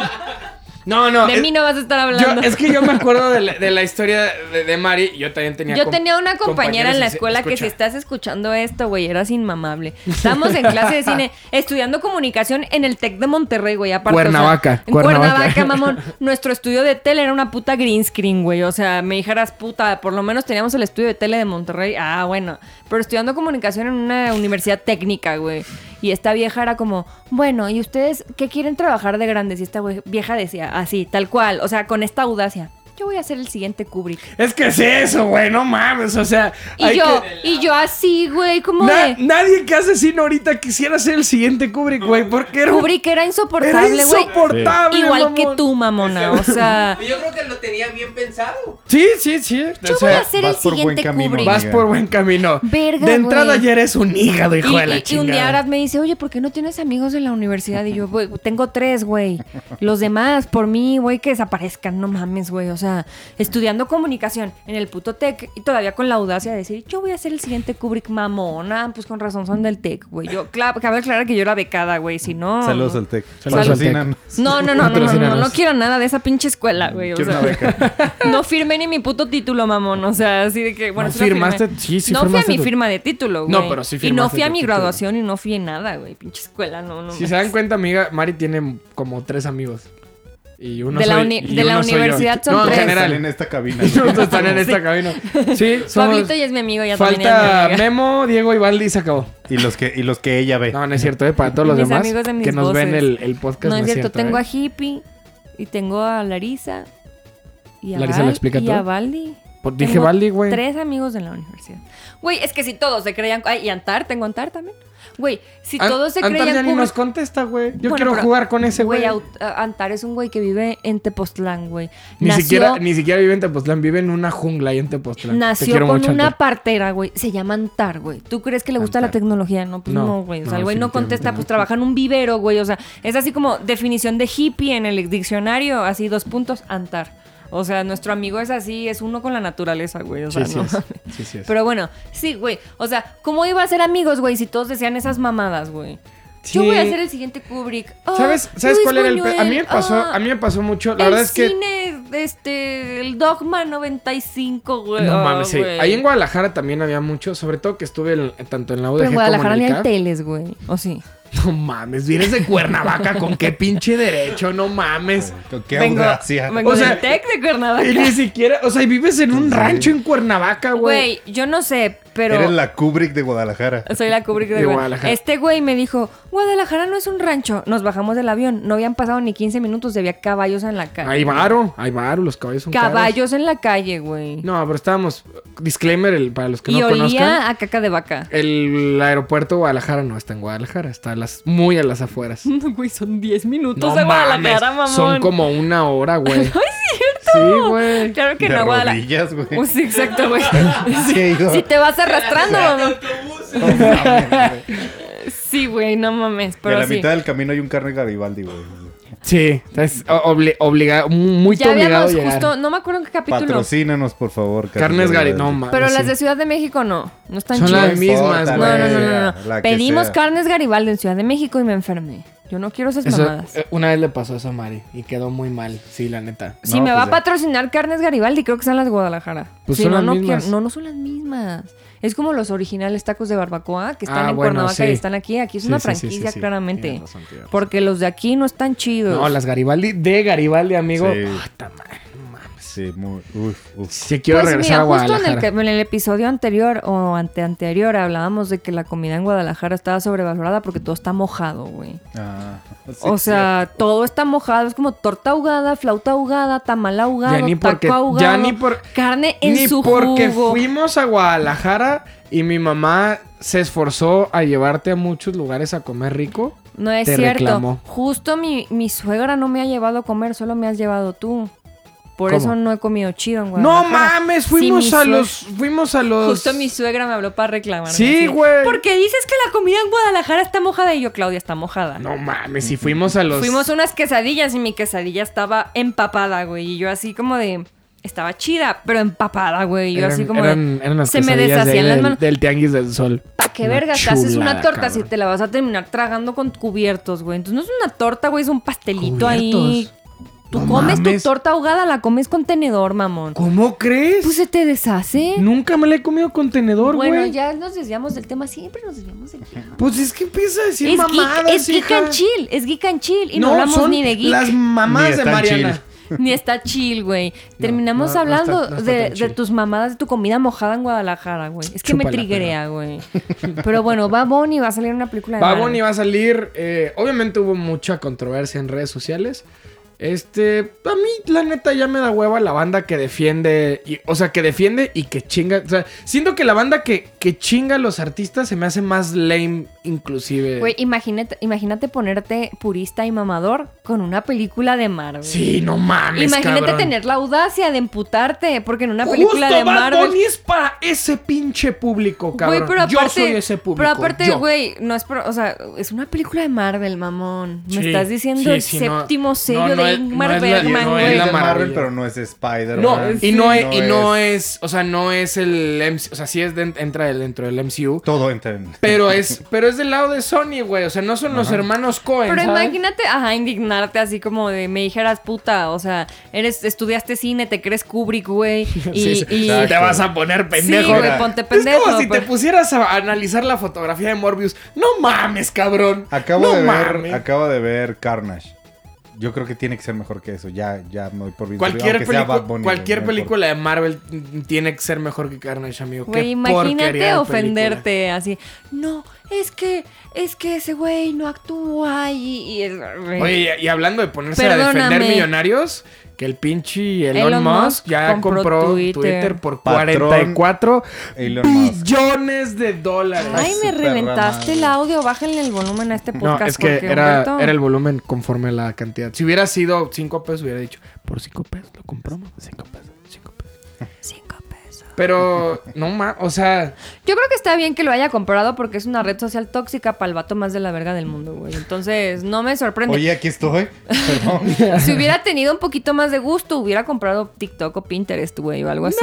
S3: No, no.
S1: De
S3: es-
S1: mí no vas a estar
S3: Ah, eh, Yo-
S1: hablando.
S3: es que yo me acuerdo de la, de la historia de, de Mari. Yo también tenía.
S1: Yo
S3: com-
S1: tenía una compañera
S3: compañeros
S1: en la
S3: y se-
S1: escuela que
S3: escucha.
S1: si estás escuchando esto, güey, eras inmamable. Estábamos en clase de cine estudiando comunicación en el TEC de Monterrey, güey, aparte. o sea,
S3: Cuernavaca,
S1: en
S3: Cuernavaca.
S1: Cuernavaca. mamón. Nuestro estudio de tele era una puta green screen, güey. O sea, me dijeras, puta, por lo menos teníamos el estudio de tele de Monterrey. Ah, bueno. Pero estudiando comunicación en una universidad técnica, güey. Y esta vieja era como, bueno, ¿y ustedes qué quieren trabajar de grandes? Y esta güey- vieja decía, así, tal cual. O sea, con esta audacia. Yo voy a ser el siguiente Kubrick.
S3: Es que es eso, güey, no mames, o sea.
S1: Y
S3: hay
S1: yo,
S3: que-
S1: y yo así, güey, como
S3: Na-
S1: de...
S3: nadie que hace cine ahorita quisiera ser el siguiente Kubrick, güey, porque era, un-
S1: Kubrick era
S3: era
S1: insoportable, güey.
S3: insoportable.
S1: Igual
S3: mamón.
S1: que tú, mamona, o sea...
S4: Yo creo que lo tenía bien pensado.
S3: Sí, sí, sí. o
S1: Yo voy
S3: sea,
S1: a ser el
S2: vas por buen
S1: siguiente
S2: camino,
S1: Kubrick.
S3: vas por buen camino.
S1: Verga,
S3: de entrada
S1: güey.
S3: ya eres un hígado, hijo de la
S1: Y, y- y
S3: chingada.
S1: un día Arad me dice, oye, ¿por qué no tienes amigos de la universidad? Y yo, güey, tengo tres, güey. Los demás, por mí, güey, que desaparezcan, no mames, güey. O sea, estudiando comunicación en el puto TEC y todavía con la audacia de decir, yo voy a ser el siguiente Kubrick mamona, pues con razón son del TEC, güey. Yo, claro, cabe aclarar que yo era becada, güey, si no...
S2: Saludos al TEC.
S3: Saludos al TEC.
S2: Patrocínanos.
S1: No, no, no, no, no, no, no,
S3: Patrocínanos.
S1: no quiero nada de esa pinche escuela, güey. O
S2: Quiero
S1: sea,
S2: una beca.
S1: no firmé ni mi puto título, mamón. O sea, así de que, bueno,
S3: ¿No
S1: sí lo firmé.
S3: firmaste? Sí, sí
S1: No
S3: firmaste
S1: fui a mi
S3: tu-
S1: firma de título, güey.
S3: No, pero sí
S1: Y no
S3: firmaste
S1: fui a
S3: tu
S1: mi
S3: título.
S1: graduación y no fui en nada, güey. Pinche escuela, no, no.
S3: Si se dan cuenta, amiga, Mari tiene como tres amigos. Y uno
S1: De la
S3: soy-
S1: uni-
S3: y
S1: de la
S3: uno soy yo.
S1: universidad son
S3: no,
S1: tres.
S3: en
S2: Salen en
S3: general.
S2: esta cabina.
S3: Y nosotros están en esta cabina. Sí, somos...
S1: Pablito ya es mi amigo, ya también
S3: Falta
S1: es mi amiga.
S3: Memo, Diego y Valdi y se acabó.
S2: Y los que, y los que ella ve.
S3: No, no es cierto, ¿eh? para todos los
S1: Mis
S3: demás
S1: amigos de mis
S3: que nos
S1: voces.
S3: ven el, el podcast.
S1: No, es cierto, tengo
S3: ¿eh?
S1: a Hippie y tengo a Larisa y a,
S3: Larisa, ¿lo
S1: Val-
S3: explica
S1: y
S3: todo?
S1: a Valdi.
S3: Por- Dije
S1: tengo
S3: Valdi, güey.
S1: Tres amigos de la universidad. Güey, es que si todos se creían. Ay, y Antar, tengo Antar también. Güey, si
S3: An-
S1: todos se
S3: Antar ya
S1: creían.
S3: ni
S1: Kubrick-
S3: nos contesta, güey. Yo
S1: Bueno,
S3: quiero
S1: pero-
S3: jugar con ese güey.
S1: Güey, Aut- a- Antar es un güey que vive en Tepoztlán, güey.
S3: Ni
S1: Nació-
S3: siquiera, ni siquiera vive en Tepoztlán, vive en una jungla ahí en Tepoztlán. Te
S1: Nació
S3: quiero
S1: con
S3: mucho,
S1: una
S3: Antar.
S1: partera, güey. Se llama Antar, güey. ¿Tú crees que le gusta la
S3: Antar.
S1: tecnología? No, pues
S3: No,
S1: no, güey. o sea,
S3: no,
S1: el güey no
S3: definitivamente
S1: contesta,
S3: no.
S1: pues trabaja en un vivero, güey. O sea, es así como definición de hippie en el diccionario, así dos puntos, Antar. O sea, nuestro amigo es así, es uno con la naturaleza, güey. O sea,
S3: sí,
S1: no
S3: sí,
S1: mames.
S3: es. sí, sí es.
S1: Pero bueno, sí, güey. O sea, ¿cómo iba a ser amigos, güey, si todos decían esas mamadas, güey? Yo
S3: Sí.
S1: voy a ser el siguiente Kubrick. Ah,
S3: ¿Sabes, ¿sabes
S1: Luis
S3: cuál era el pe-
S1: Buñuel.
S3: A mí me pasó,
S1: Ah,
S3: a mí me pasó mucho. La
S1: el
S3: verdad es que
S1: cine, este, el Dogma 95, güey.
S3: No
S1: Ah,
S3: mames, sí.
S1: güey.
S3: Ahí en Guadalajara también había mucho, sobre todo que estuve en- tanto en la UDG
S1: Pero en Guadalajara
S3: como
S1: ni
S3: en el
S1: hay
S3: CAF.
S1: teles, güey. ¿O sí?
S3: No mames, vienes de Cuernavaca con qué pinche derecho, no mames.
S2: Con qué audacia.
S1: vengo
S3: O sea,
S1: del Tec de
S3: Y
S1: Cuernavaca.
S3: ni siquiera, o sea, y vives en un rancho en Cuernavaca, güey.
S1: Güey, yo no sé, pero
S2: Eres la Kubrick de Guadalajara.
S1: soy la Kubrick de,
S3: De
S1: Guadalajara.
S3: Guadalajara.
S1: Este güey me dijo, Guadalajara no es un rancho. Nos bajamos del avión. No habían pasado ni 15 minutos y había caballos en la calle.
S3: Hay varo, hay varo, los caballos son caros.
S1: caballos en la calle, güey.
S3: No, pero estábamos, disclaimer el- para los que
S1: y
S3: no
S1: olía
S3: conozcan.
S1: a caca de vaca.
S3: El aeropuerto de Guadalajara no está en Guadalajara, está a las, muy a las afueras.
S1: Güey, son 10 minutos
S3: No
S1: a
S3: mames,
S1: Guadalajara, mamón.
S3: son como una hora, güey.
S1: ¡No es cierto!
S3: Sí, güey.
S1: Claro que
S2: de
S1: no, Guadalajara.
S2: rodillas, güey.
S1: Pues sí, exacto, güey.
S2: Sí, he ido.
S1: Si te vas arrastrando, mamá.
S2: No mames, güey.
S1: Sí, güey, no mames.
S2: Y a
S1: Pero
S2: la
S1: sí.
S2: mitad del camino hay un carne Garibaldi, güey.
S3: Sí, es obli- obligado, muy
S1: ya
S3: obligado
S1: habíamos
S3: a llegar.
S1: justo, no me acuerdo en qué capítulo.
S2: Patrocínanos, por favor.
S3: Carnes Gary, no mames.
S1: Pero las
S3: sí.
S1: de Ciudad de México no. No están
S3: Son las
S1: chidas.
S3: mismas,
S1: No,
S3: güey.
S1: no, no, no,
S2: la
S1: no.
S2: que
S1: Pedimos
S2: sea.
S1: carnes Garibaldi en Ciudad de México y me enfermé. Yo no quiero esas
S3: Eso,
S1: mamadas.
S3: eh, una vez le pasó eso a Mari y quedó muy mal, sí, la neta.
S1: si
S2: no,
S1: me va
S2: pues
S1: a
S2: ya.
S1: patrocinar carnes Garibaldi, creo que son las de Guadalajara.
S3: Pues
S1: Sí,
S3: son
S1: no,
S3: las
S1: no,
S3: mismas.
S1: quiero- no, no son las mismas. Es como los originales tacos de barbacoa que están
S3: Ah,
S1: en
S3: bueno,
S1: Cuernavaca
S3: sí.
S1: y están aquí. Aquí es
S3: Sí,
S1: una
S3: sí, sí, sí,
S1: franquicia,
S3: sí.
S1: claramente.
S3: Tienes razón, tienes razón.
S1: Porque los de aquí no están chidos.
S3: No, las Garibaldi, de Garibaldi, amigo.
S2: Sí.
S3: Puta madre, no mames.
S2: Sí, muy. Uf, uf.
S3: Sí, quiero
S1: pues
S3: regresar a
S1: mira, justo en el,
S3: Guadalajara.
S1: que- en el episodio anterior o anteanterior hablábamos de que la comida en Guadalajara estaba sobrevalorada porque todo está mojado, güey.
S2: Ah, sí,
S1: o sea, todo está mojado. Es como torta ahogada, flauta ahogada, tamal ahogado,
S3: Ya ni porque-
S1: taco ahogado,
S3: ya ni por-
S1: carne en
S3: Ni
S1: su
S3: porque
S1: jugo.
S3: fuimos a Guadalajara y mi mamá se esforzó a llevarte a muchos lugares a comer rico.
S1: No es
S3: te
S1: cierto.
S3: reclamó.
S1: Justo mi, mi suegra no me ha llevado a comer, solo me has llevado tú. Por
S3: ¿Cómo?
S1: eso no he comido chido en
S3: No
S1: Guadalajara.
S3: mames,
S1: Sí,
S3: fuimos
S1: mi
S3: a
S1: sue-
S3: los fuimos a los
S1: Justo mi suegra me habló para reclamar.
S3: Sí, güey.
S1: Porque dices que la comida en Guadalajara está mojada y yo, Claudia, está mojada.
S3: No mames, si fuimos a los
S1: Fuimos a unas quesadillas y mi quesadilla estaba empapada, güey. Y yo así como de... Estaba chida, pero empapada, güey. Y yo
S3: eran-
S1: así como
S3: eran-
S1: de...
S3: eran las
S1: se me
S3: quesadillas de ahí
S1: deshacían las
S3: del-
S1: manos.
S3: del Tianguis del Sol.
S1: ¿Para qué
S3: Una
S1: vergas te haces una
S3: chulada,
S1: torta si
S3: cabrón.
S1: te la vas a terminar tragando con cubiertos, güey? Entonces no es una torta, güey, es un pastelito ahí. Tú
S3: No
S1: comes
S3: mames.
S1: tu torta ahogada, la comes con tenedor, mamón.
S3: ¿Cómo crees?
S1: Pues se te deshace.
S3: Nunca me la he comido con tenedor, güey.
S1: bueno, ya nos desviamos del tema. Siempre nos desviamos del tema.
S3: Pues es que empieza a decir
S1: Es geek,
S3: mamadas,
S1: es geek
S3: hija.
S1: and chill, es geek and chill. Y no, hablamos
S3: son
S1: ni de geek.
S3: Las mamadas
S2: Ni
S3: de
S2: están
S3: Mariana.
S2: chill.
S1: Ni está chill, güey. Terminamos
S3: no, no
S1: hablando
S3: está- no está
S1: de,
S3: tan
S1: de
S3: chill.
S1: tus mamadas, de tu comida mojada en Guadalajara, güey. Es que me
S3: Chúpala,
S1: triguea, güey. Pero bueno, va Bonnie, va a salir una película de
S3: Va
S1: Marvel.
S3: Bunny va a salir. eh, obviamente hubo mucha controversia en redes sociales. Este, a mí la neta ya me da hueva la banda que defiende, y- o sea, que defiende y que chinga, o sea, siento que la banda que, que chinga a los artistas se me hace más lame inclusive.
S1: Güey, imagínate, imagínate ponerte purista y mamador con una película de Marvel.
S3: sí, no mames.
S1: Imagínate
S3: cabrón.
S1: tener la audacia de emputarte, porque en una película
S3: Justo
S1: de
S3: Bad
S1: Marvel.
S3: Bunny es para ese pinche público, cabrón.
S1: Güey, pero aparte,
S3: yo soy ese público.
S1: Pero aparte,
S3: yo.
S1: güey, no es. pro- o sea, es una película de Marvel, mamón. Me
S3: Sí,
S1: estás diciendo
S3: sí,
S1: el
S3: sí, no.
S1: séptimo
S3: No,
S1: sello
S3: no
S1: de
S3: es-
S1: Ingmar
S3: no es la-
S1: Bergman,
S3: no
S1: güey.
S3: es
S2: es
S3: la
S2: de Marvel,
S3: maravilla.
S2: pero no es Spider-Man.
S3: No, y no,
S2: Sí.
S3: es, y no es, o sea, no es el MC, o sea, sí es de- entra el- dentro del MCU,
S2: Todo entra en...
S3: pero es pero es del lado de Sony, güey, o sea, no son los hermanos Cohen,
S1: Pero
S3: ¿sabes?
S1: imagínate, ajá, indignarte así como de me dijeras puta, o sea, eres, estudiaste cine, te crees Kubrick, güey. Y,
S3: Sí, sí.
S1: y-
S2: Exacto.
S3: Te vas a poner pendejo.
S1: Sí, güey,
S2: Mira,
S1: ponte
S3: Este, es
S1: pendejo.
S3: como si
S1: pero-
S3: te pusieras a analizar la fotografía de Morbius. No mames, cabrón.
S2: Acabo
S3: No
S2: de ver,
S3: mames.
S2: acabo de ver Carnage. Yo creo que tiene que ser mejor que eso. Ya, ya me voy por bien.
S3: Cualquier,
S2: servido, aunque sea
S3: pelicu-
S2: Bad Bunny,
S3: cualquier
S2: no me importa.
S3: película de Marvel mm, tiene que ser mejor que Carnage, amigo. Qué
S1: Güey,
S3: porquería
S1: imagínate
S3: de
S1: ofenderte así. No, es que, es que ese güey no actúa y. y es-
S3: película. Oye, y, y hablando de ponerse a defender
S1: Perdóname.
S3: millonarios, que el pinche Elon,
S1: Elon
S3: Musk,
S1: Musk
S3: ya
S1: compró
S3: compró,
S1: Twitter.
S3: Twitter. por
S2: Patrón
S3: 44
S2: Elon Musk.
S3: billones de dólares.
S1: Ay, me
S2: súper
S1: reventaste
S2: ramado.
S1: el audio. Bájenle el volumen a este
S3: No,
S1: podcast.
S3: es que
S1: porque,
S3: era,
S1: Humberto,
S3: era el volumen conforme a la cantidad. Si hubiera sido 5 pesos, hubiera dicho, por 5 pesos lo compramos. 5 pesos, 5 pesos.
S1: Cinco pesos.
S3: Pero, no más, o sea,
S1: Yo creo que está bien que lo haya comprado porque es una red social tóxica para el vato más de la verga del mundo, güey. Entonces, no me sorprende.
S2: Oye, aquí estoy. Perdón.
S1: Si hubiera tenido un poquito más de gusto, hubiera comprado TikTok o Pinterest, güey, o algo así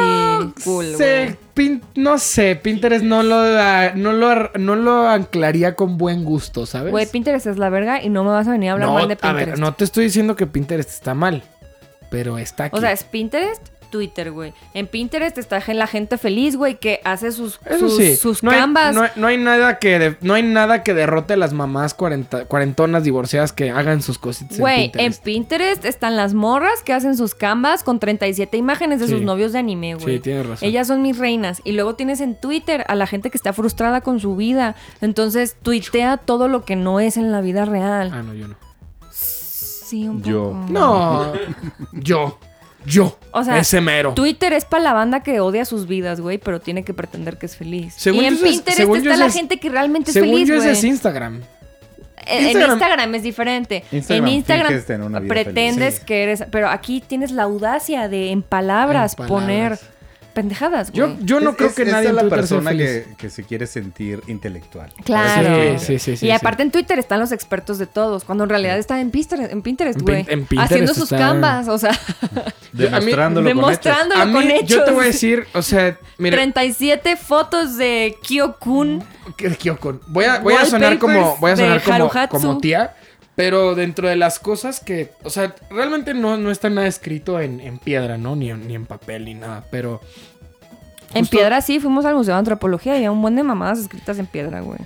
S1: cool,
S3: sé,
S1: güey.
S3: pin- no sé, Pinterest no lo, da- no, lo, no lo anclaría con buen gusto, ¿sabes?
S1: Güey, Pinterest es la verga y no me vas a venir a hablar
S3: no,
S1: mal de
S3: a
S1: Pinterest.
S3: ver, no te estoy diciendo que Pinterest está mal, pero está aquí.
S1: O sea, es Pinterest, Twitter, güey. En Pinterest está gen- la gente feliz, güey, que hace sus,
S3: Eso
S1: sus,
S3: sí,
S1: sus
S3: no hay,
S1: canvas.
S3: no hay- no hay nada que de- no hay nada que derrote a las mamás cuarenta- cuarentonas divorciadas que hagan sus cositas. en
S1: Güey, en
S3: Pinterest.
S1: Pinterest están las morras que hacen sus canvas con 37 imágenes de
S3: Sí.
S1: sus novios de anime, güey.
S3: Sí, tienes razón.
S1: Ellas son mis reinas. Y luego tienes en Twitter a la gente que está frustrada con su vida. Entonces, tuitea todo lo que no es en la vida real.
S3: Ah, no, yo no.
S1: Sí, un poco.
S2: Yo.
S3: No, yo, yo,
S1: O sea,
S3: ese mero.
S1: Twitter es para la banda que odia sus vidas, güey, pero tiene que pretender que es feliz.
S3: Según
S1: y en
S3: yo eso es-
S1: Pinterest
S3: según yo
S1: está
S3: eso
S1: la
S3: es-
S1: gente que realmente es
S3: Según
S1: feliz,
S3: yo, ese
S1: güey.
S3: es Instagram.
S1: En Instagram,
S3: Instagram-
S1: es diferente.
S2: Instagram,
S1: en Instagram
S2: finges tener una vida
S1: pretendes
S2: feliz.
S1: que eres, pero aquí tienes la audacia de en palabras,
S3: En palabras.
S1: poner pendejadas, güey.
S3: Yo, yo no
S2: Es-
S3: creo
S2: es-
S3: que
S2: esa
S3: nadie
S2: es
S3: en
S2: la
S3: Twitter sea
S2: persona
S3: feliz.
S2: que, que se quiere sentir intelectual.
S1: Claro.
S3: Sí, sí, sí, sí,
S1: y
S3: sí.
S1: aparte en Twitter están los expertos de todos, cuando en realidad están en Pinterest, en Pinterest,
S3: En
S1: güey.
S3: Pin- en Pinterest
S1: haciendo sus
S3: está-
S1: canvas, o sea,
S2: Demostrándolo con este. hechos.
S1: demostrándolo
S3: A mí,
S1: con hechos.
S3: yo te voy a decir, o sea, mira,
S1: 37 fotos de Kyokun.
S3: ¿Qué- qué ocon- Voy a, voy a sonar
S1: Wallpapers
S3: como, voy a
S1: de
S3: sonar como,
S1: Haruhatsu.
S3: como tía, pero dentro de las cosas que, o sea, realmente no, no está nada escrito en, en piedra, ¿no? Ni, en- ni en papel, ni nada, pero
S1: En
S3: Justo-
S1: piedra sí, fuimos al Museo de Antropología y había un buen de mamadas escritas en piedra, güey.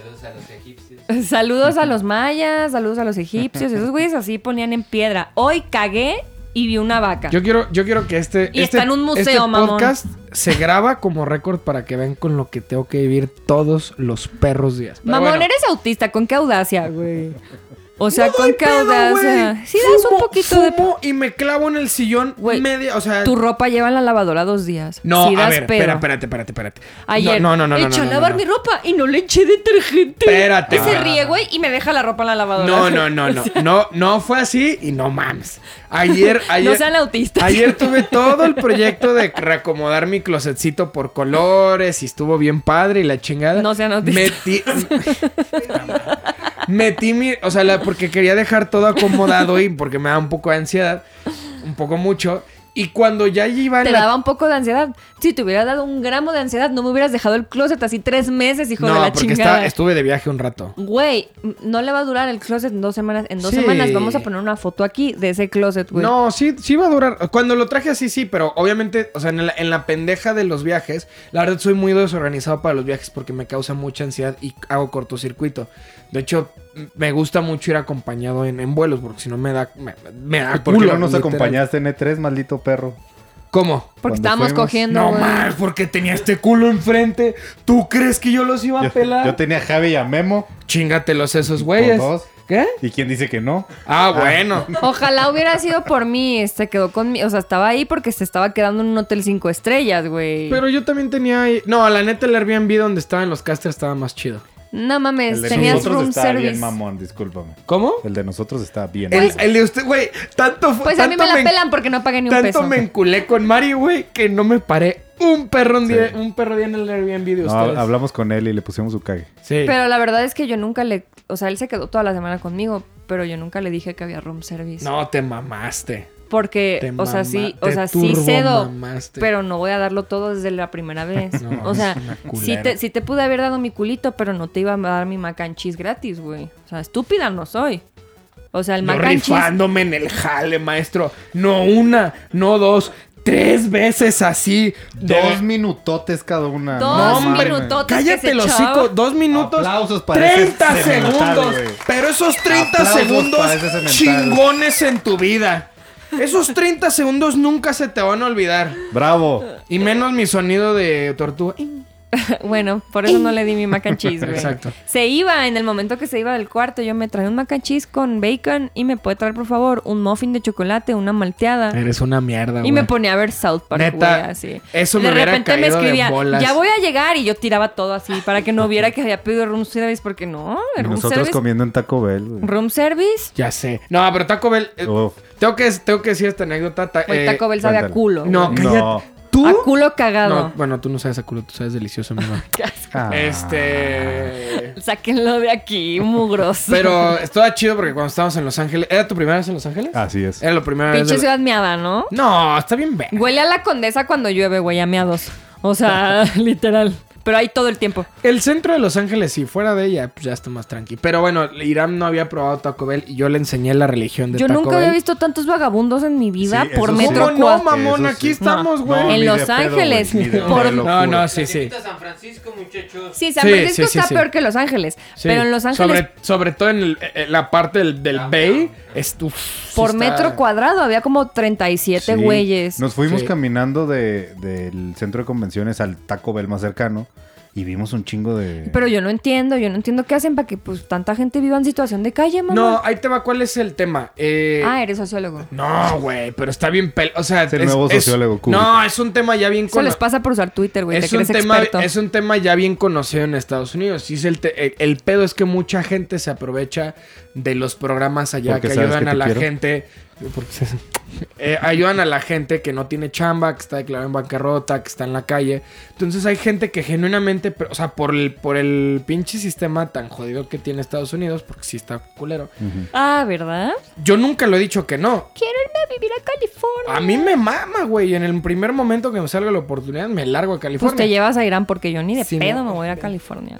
S4: Saludos a los egipcios.
S1: Saludos a los mayas, saludos a los egipcios. Esos güeyes así ponían en piedra. Hoy cagué y vi una vaca.
S3: yo quiero, yo quiero que este,
S1: Y
S3: este,
S1: está en un museo,
S3: este
S1: mamón.
S3: podcast se graba como récord para que vean con lo que tengo que vivir todos los perros días. Pero
S1: Mamón,
S3: bueno.
S1: eres autista, con qué audacia, güey. O sea,
S3: No doy
S1: con qué
S3: pedo,
S1: audacia.
S3: güey.
S1: Sí, das un
S3: Fumo-
S1: poquito de.
S3: fumo y me clavo en el sillón
S1: Güey,
S3: media, o sea,
S1: Tu ropa lleva en la lavadora dos días.
S3: no,
S1: Sí
S3: a
S1: das
S3: ver,
S1: pedo.
S3: espera, espérate, espérate, espérate.
S1: Ayer
S3: no, no, no, no, no,
S1: eché
S3: no,
S1: a lavar
S3: no.
S1: mi ropa y no le eché detergente.
S3: Espérate,
S1: Y se
S3: güey.
S1: ríe, güey, y me deja la ropa en la lavadora.
S3: No, no, no, no. No, no fue así y no mames. Ayer, ayer.
S1: No sean autistas.
S3: Ayer tuve todo el proyecto de reacomodar mi closetcito por colores y estuvo bien padre y la chingada.
S1: No sean autistas.
S3: Metí. metí mi. O sea, la- porque quería dejar todo acomodado y porque me da un poco de ansiedad. Un poco mucho. Y cuando ya iba en
S1: Te
S3: la
S1: daba un poco de ansiedad. Si te hubiera dado un gramo de ansiedad, no me hubieras dejado el closet así tres meses, hijo de
S3: No,
S1: la
S3: porque
S1: chingada.
S3: está- estuve de viaje un rato.
S1: Güey, m- no le va a durar el closet en dos semanas. En dos
S3: Sí.
S1: semanas vamos a poner una foto aquí de ese closet, güey.
S3: No, sí, sí va a durar. Cuando lo traje así, sí, pero obviamente, o sea, en la, en la pendeja de los viajes, la verdad soy muy desorganizado para los viajes porque me causa mucha ansiedad y hago cortocircuito. De hecho, m- me gusta mucho ir acompañado en, en vuelos porque si no me da, me, me da
S2: Ah, ¿Por qué
S3: culo,
S2: no nos
S3: literal.
S2: acompañaste en E3, maldito perro?
S3: ¿Cómo?
S1: porque
S2: cuando
S1: estábamos
S2: fuimos-
S1: cogiendo,
S3: No,
S1: güey.
S3: más, porque tenía este culo enfrente. ¿Tú crees que yo los iba a
S2: Yo,
S3: pelar?
S2: yo tenía a Javi y a Memo.
S3: Chíngatelos esos
S2: Por
S3: güeyes.
S2: dos.
S3: ¿Qué?
S2: ¿Y quién dice que no?
S3: Ah, bueno.
S1: Ojalá hubiera sido por mí. Se quedó conmigo. O sea, estaba ahí porque se estaba quedando en un hotel cinco estrellas, güey.
S3: Pero yo también tenía ahí- No, la neta el Airbnb donde estaban los casters estaba más chido.
S1: No mames,
S2: El de
S1: Pues, tenías
S2: nosotros
S1: room
S2: está
S1: service.
S2: bien mamón, discúlpame.
S3: ¿Cómo?
S2: El de nosotros está bien.
S3: El,
S2: mamón.
S3: el de usted, güey, tanto fue.
S1: Pues a mí me la pelan porque no pagué ni un
S3: Tanto
S1: peso.
S3: me enculé con Mari, güey, que no me paré un perro, un
S2: Sí.
S3: día, un perro día en el Airbnb de
S2: No,
S3: ustedes.
S2: hablamos con él y le pusimos su cague.
S3: Sí.
S1: Pero la verdad es que yo nunca le. O sea, él se quedó toda la semana conmigo, pero yo nunca le dije que había room service.
S3: No, te mamaste. Te
S1: Porque, o sea,
S3: mama-
S1: sí, o
S3: te
S1: sea, sí
S3: turbo
S1: cedo,
S3: mamaste.
S1: pero no voy a darlo todo desde la primera vez.
S3: No,
S1: o sea,
S3: es una
S1: sí
S3: culera.
S1: te, sí te pude haber dado mi culito, pero no te iba a dar mi mac and cheese gratis, güey. O sea, estúpida no soy. O sea, el
S3: Yo
S1: mac and cheese.
S3: rifándome en el jale, maestro. No una, no dos, tres veces así.
S2: Dos
S3: Dos
S2: minutotes cada una.
S1: Dos
S3: No,
S2: mames.
S1: minutotes.
S3: Cállate
S1: que se
S3: los
S1: echaba.
S3: hocico, dos minutos,
S2: Aplausos para ese
S3: 30
S2: semental,
S3: segundos.
S2: güey.
S3: Pero esos 30
S2: Aplausos
S3: segundos
S2: para ese semental.
S3: chingones en tu vida. Esos 30 segundos nunca se te van a olvidar.
S2: Bravo.
S3: Y menos mi sonido de tortuga.
S1: Bueno, por eso no le di mi mac and cheese, güey.
S3: Exacto.
S1: Se iba en el momento que se iba del cuarto. Yo me traía un mac and cheese con bacon y me puede traer, por favor, un muffin de chocolate, una malteada.
S3: Eres una mierda,
S1: Y me ponía a ver South Park,
S3: Neta,
S1: güey, así.
S3: eso me
S1: de
S3: hubiera
S1: repente me
S3: caído de
S1: escribía,
S3: bolas.
S1: ya voy a llegar y yo tiraba todo así para que no viera que había pedido room service porque no,
S2: Y
S1: el room
S2: nosotros
S1: service,
S2: comiendo en Taco Bell. güey.
S1: room service,
S3: Ya sé. No, pero Taco Bell. eh,
S2: Uf.
S3: tengo, que, tengo que decir esta anécdota. ta-
S1: güey,
S3: eh,
S1: Taco Bell sabe a
S2: cuéntala.
S1: culo.
S3: No,
S1: güey.
S3: cállate.
S2: No.
S3: ¿Tú?
S1: a culo cagado.
S3: No, bueno, tú no sabes a culo, tú sabes delicioso, mi amor.
S2: Ah.
S3: Este.
S1: Sáquenlo de aquí, mugroso.
S3: Pero estaba chido porque cuando estábamos en Los Ángeles. ¿Era tu primera vez en Los Ángeles?
S2: Así es.
S3: Era la primera vez.
S1: pinche
S3: de la-
S1: ciudad miada, ¿no?
S3: No, está bien ver.
S1: Huele a la condesa cuando llueve, güey, a miados. O sea, literal. Pero ahí todo el tiempo.
S3: El centro de Los Ángeles, si fuera de ella, pues ya está más tranqui. Pero bueno, Irán no había probado Taco Bell y yo le enseñé la religión de
S1: Yo
S3: Taco
S1: nunca había
S3: Bell.
S1: visto tantos vagabundos en mi vida
S2: Sí,
S1: por
S2: eso sí.
S1: metro
S3: ¿Cómo no,
S1: cuadro.
S3: mamón?
S2: Eso
S3: Aquí
S2: sí.
S3: estamos,
S1: No,
S3: güey.
S1: En
S2: ni
S1: Los
S2: de pedo,
S1: Ángeles,
S2: güey, ni de
S1: por-
S2: locura.
S3: No, no, sí, sí.
S4: Bienvenidos a San Francisco, muchachos.
S1: Sí, San
S3: Sí,
S1: Francisco
S3: sí, sí,
S1: está
S3: sí.
S1: peor que Los Ángeles.
S3: Sí.
S1: Pero en Los Ángeles,
S3: Sobre, sobre todo en el- eh, la parte del,
S2: Ah,
S3: del
S4: Downtown.
S3: Bay, es tu. sí
S1: por
S3: está-
S1: metro cuadrado, había como 37
S2: Sí.
S1: güeyes.
S2: Nos fuimos
S3: Sí.
S2: caminando de- del centro de convenciones al Taco Bell más cercano y vimos un chingo de.
S1: Pero yo no entiendo, yo no entiendo qué hacen para que pues tanta gente viva en situación de calle, mamá.
S3: No, ahí te va, ¿cuál es el tema? Eh,
S1: Ah, eres sociólogo.
S3: No, güey, pero está bien pel... O sea,
S2: Es el nuevo sociólogo, Kubrick.
S3: No, es un tema ya bien
S1: Eso les
S3: conocido.
S1: pasa por usar Twitter, güey. Te
S3: Es un,
S1: crees
S3: tema,
S1: experto.
S3: es un tema ya bien conocido en Estados Unidos. Y es el, te- el, el pedo es que mucha gente se aprovecha de los programas allá
S2: Porque
S3: que
S2: sabes
S3: ayudan
S2: que
S3: a
S2: te
S3: la
S2: quiero.
S3: gente. Porque se- eh, ayudan a la gente que no tiene chamba, que está declarada en bancarrota, que está en la calle. Entonces hay gente que genuinamente, pero, o sea, por el, por el pinche sistema tan jodido que tiene Estados Unidos, porque sí está culero.
S1: Ah, ¿verdad?
S3: Yo nunca lo he dicho que no.
S1: Quiero irme a vivir a California. Pues
S3: A mí me mama, güey. En el primer momento que me salga la oportunidad, me largo a
S1: Pues
S3: California.
S1: te llevas a Irán porque yo ni de
S3: Sí,
S1: pedo
S3: no.
S1: me voy a California.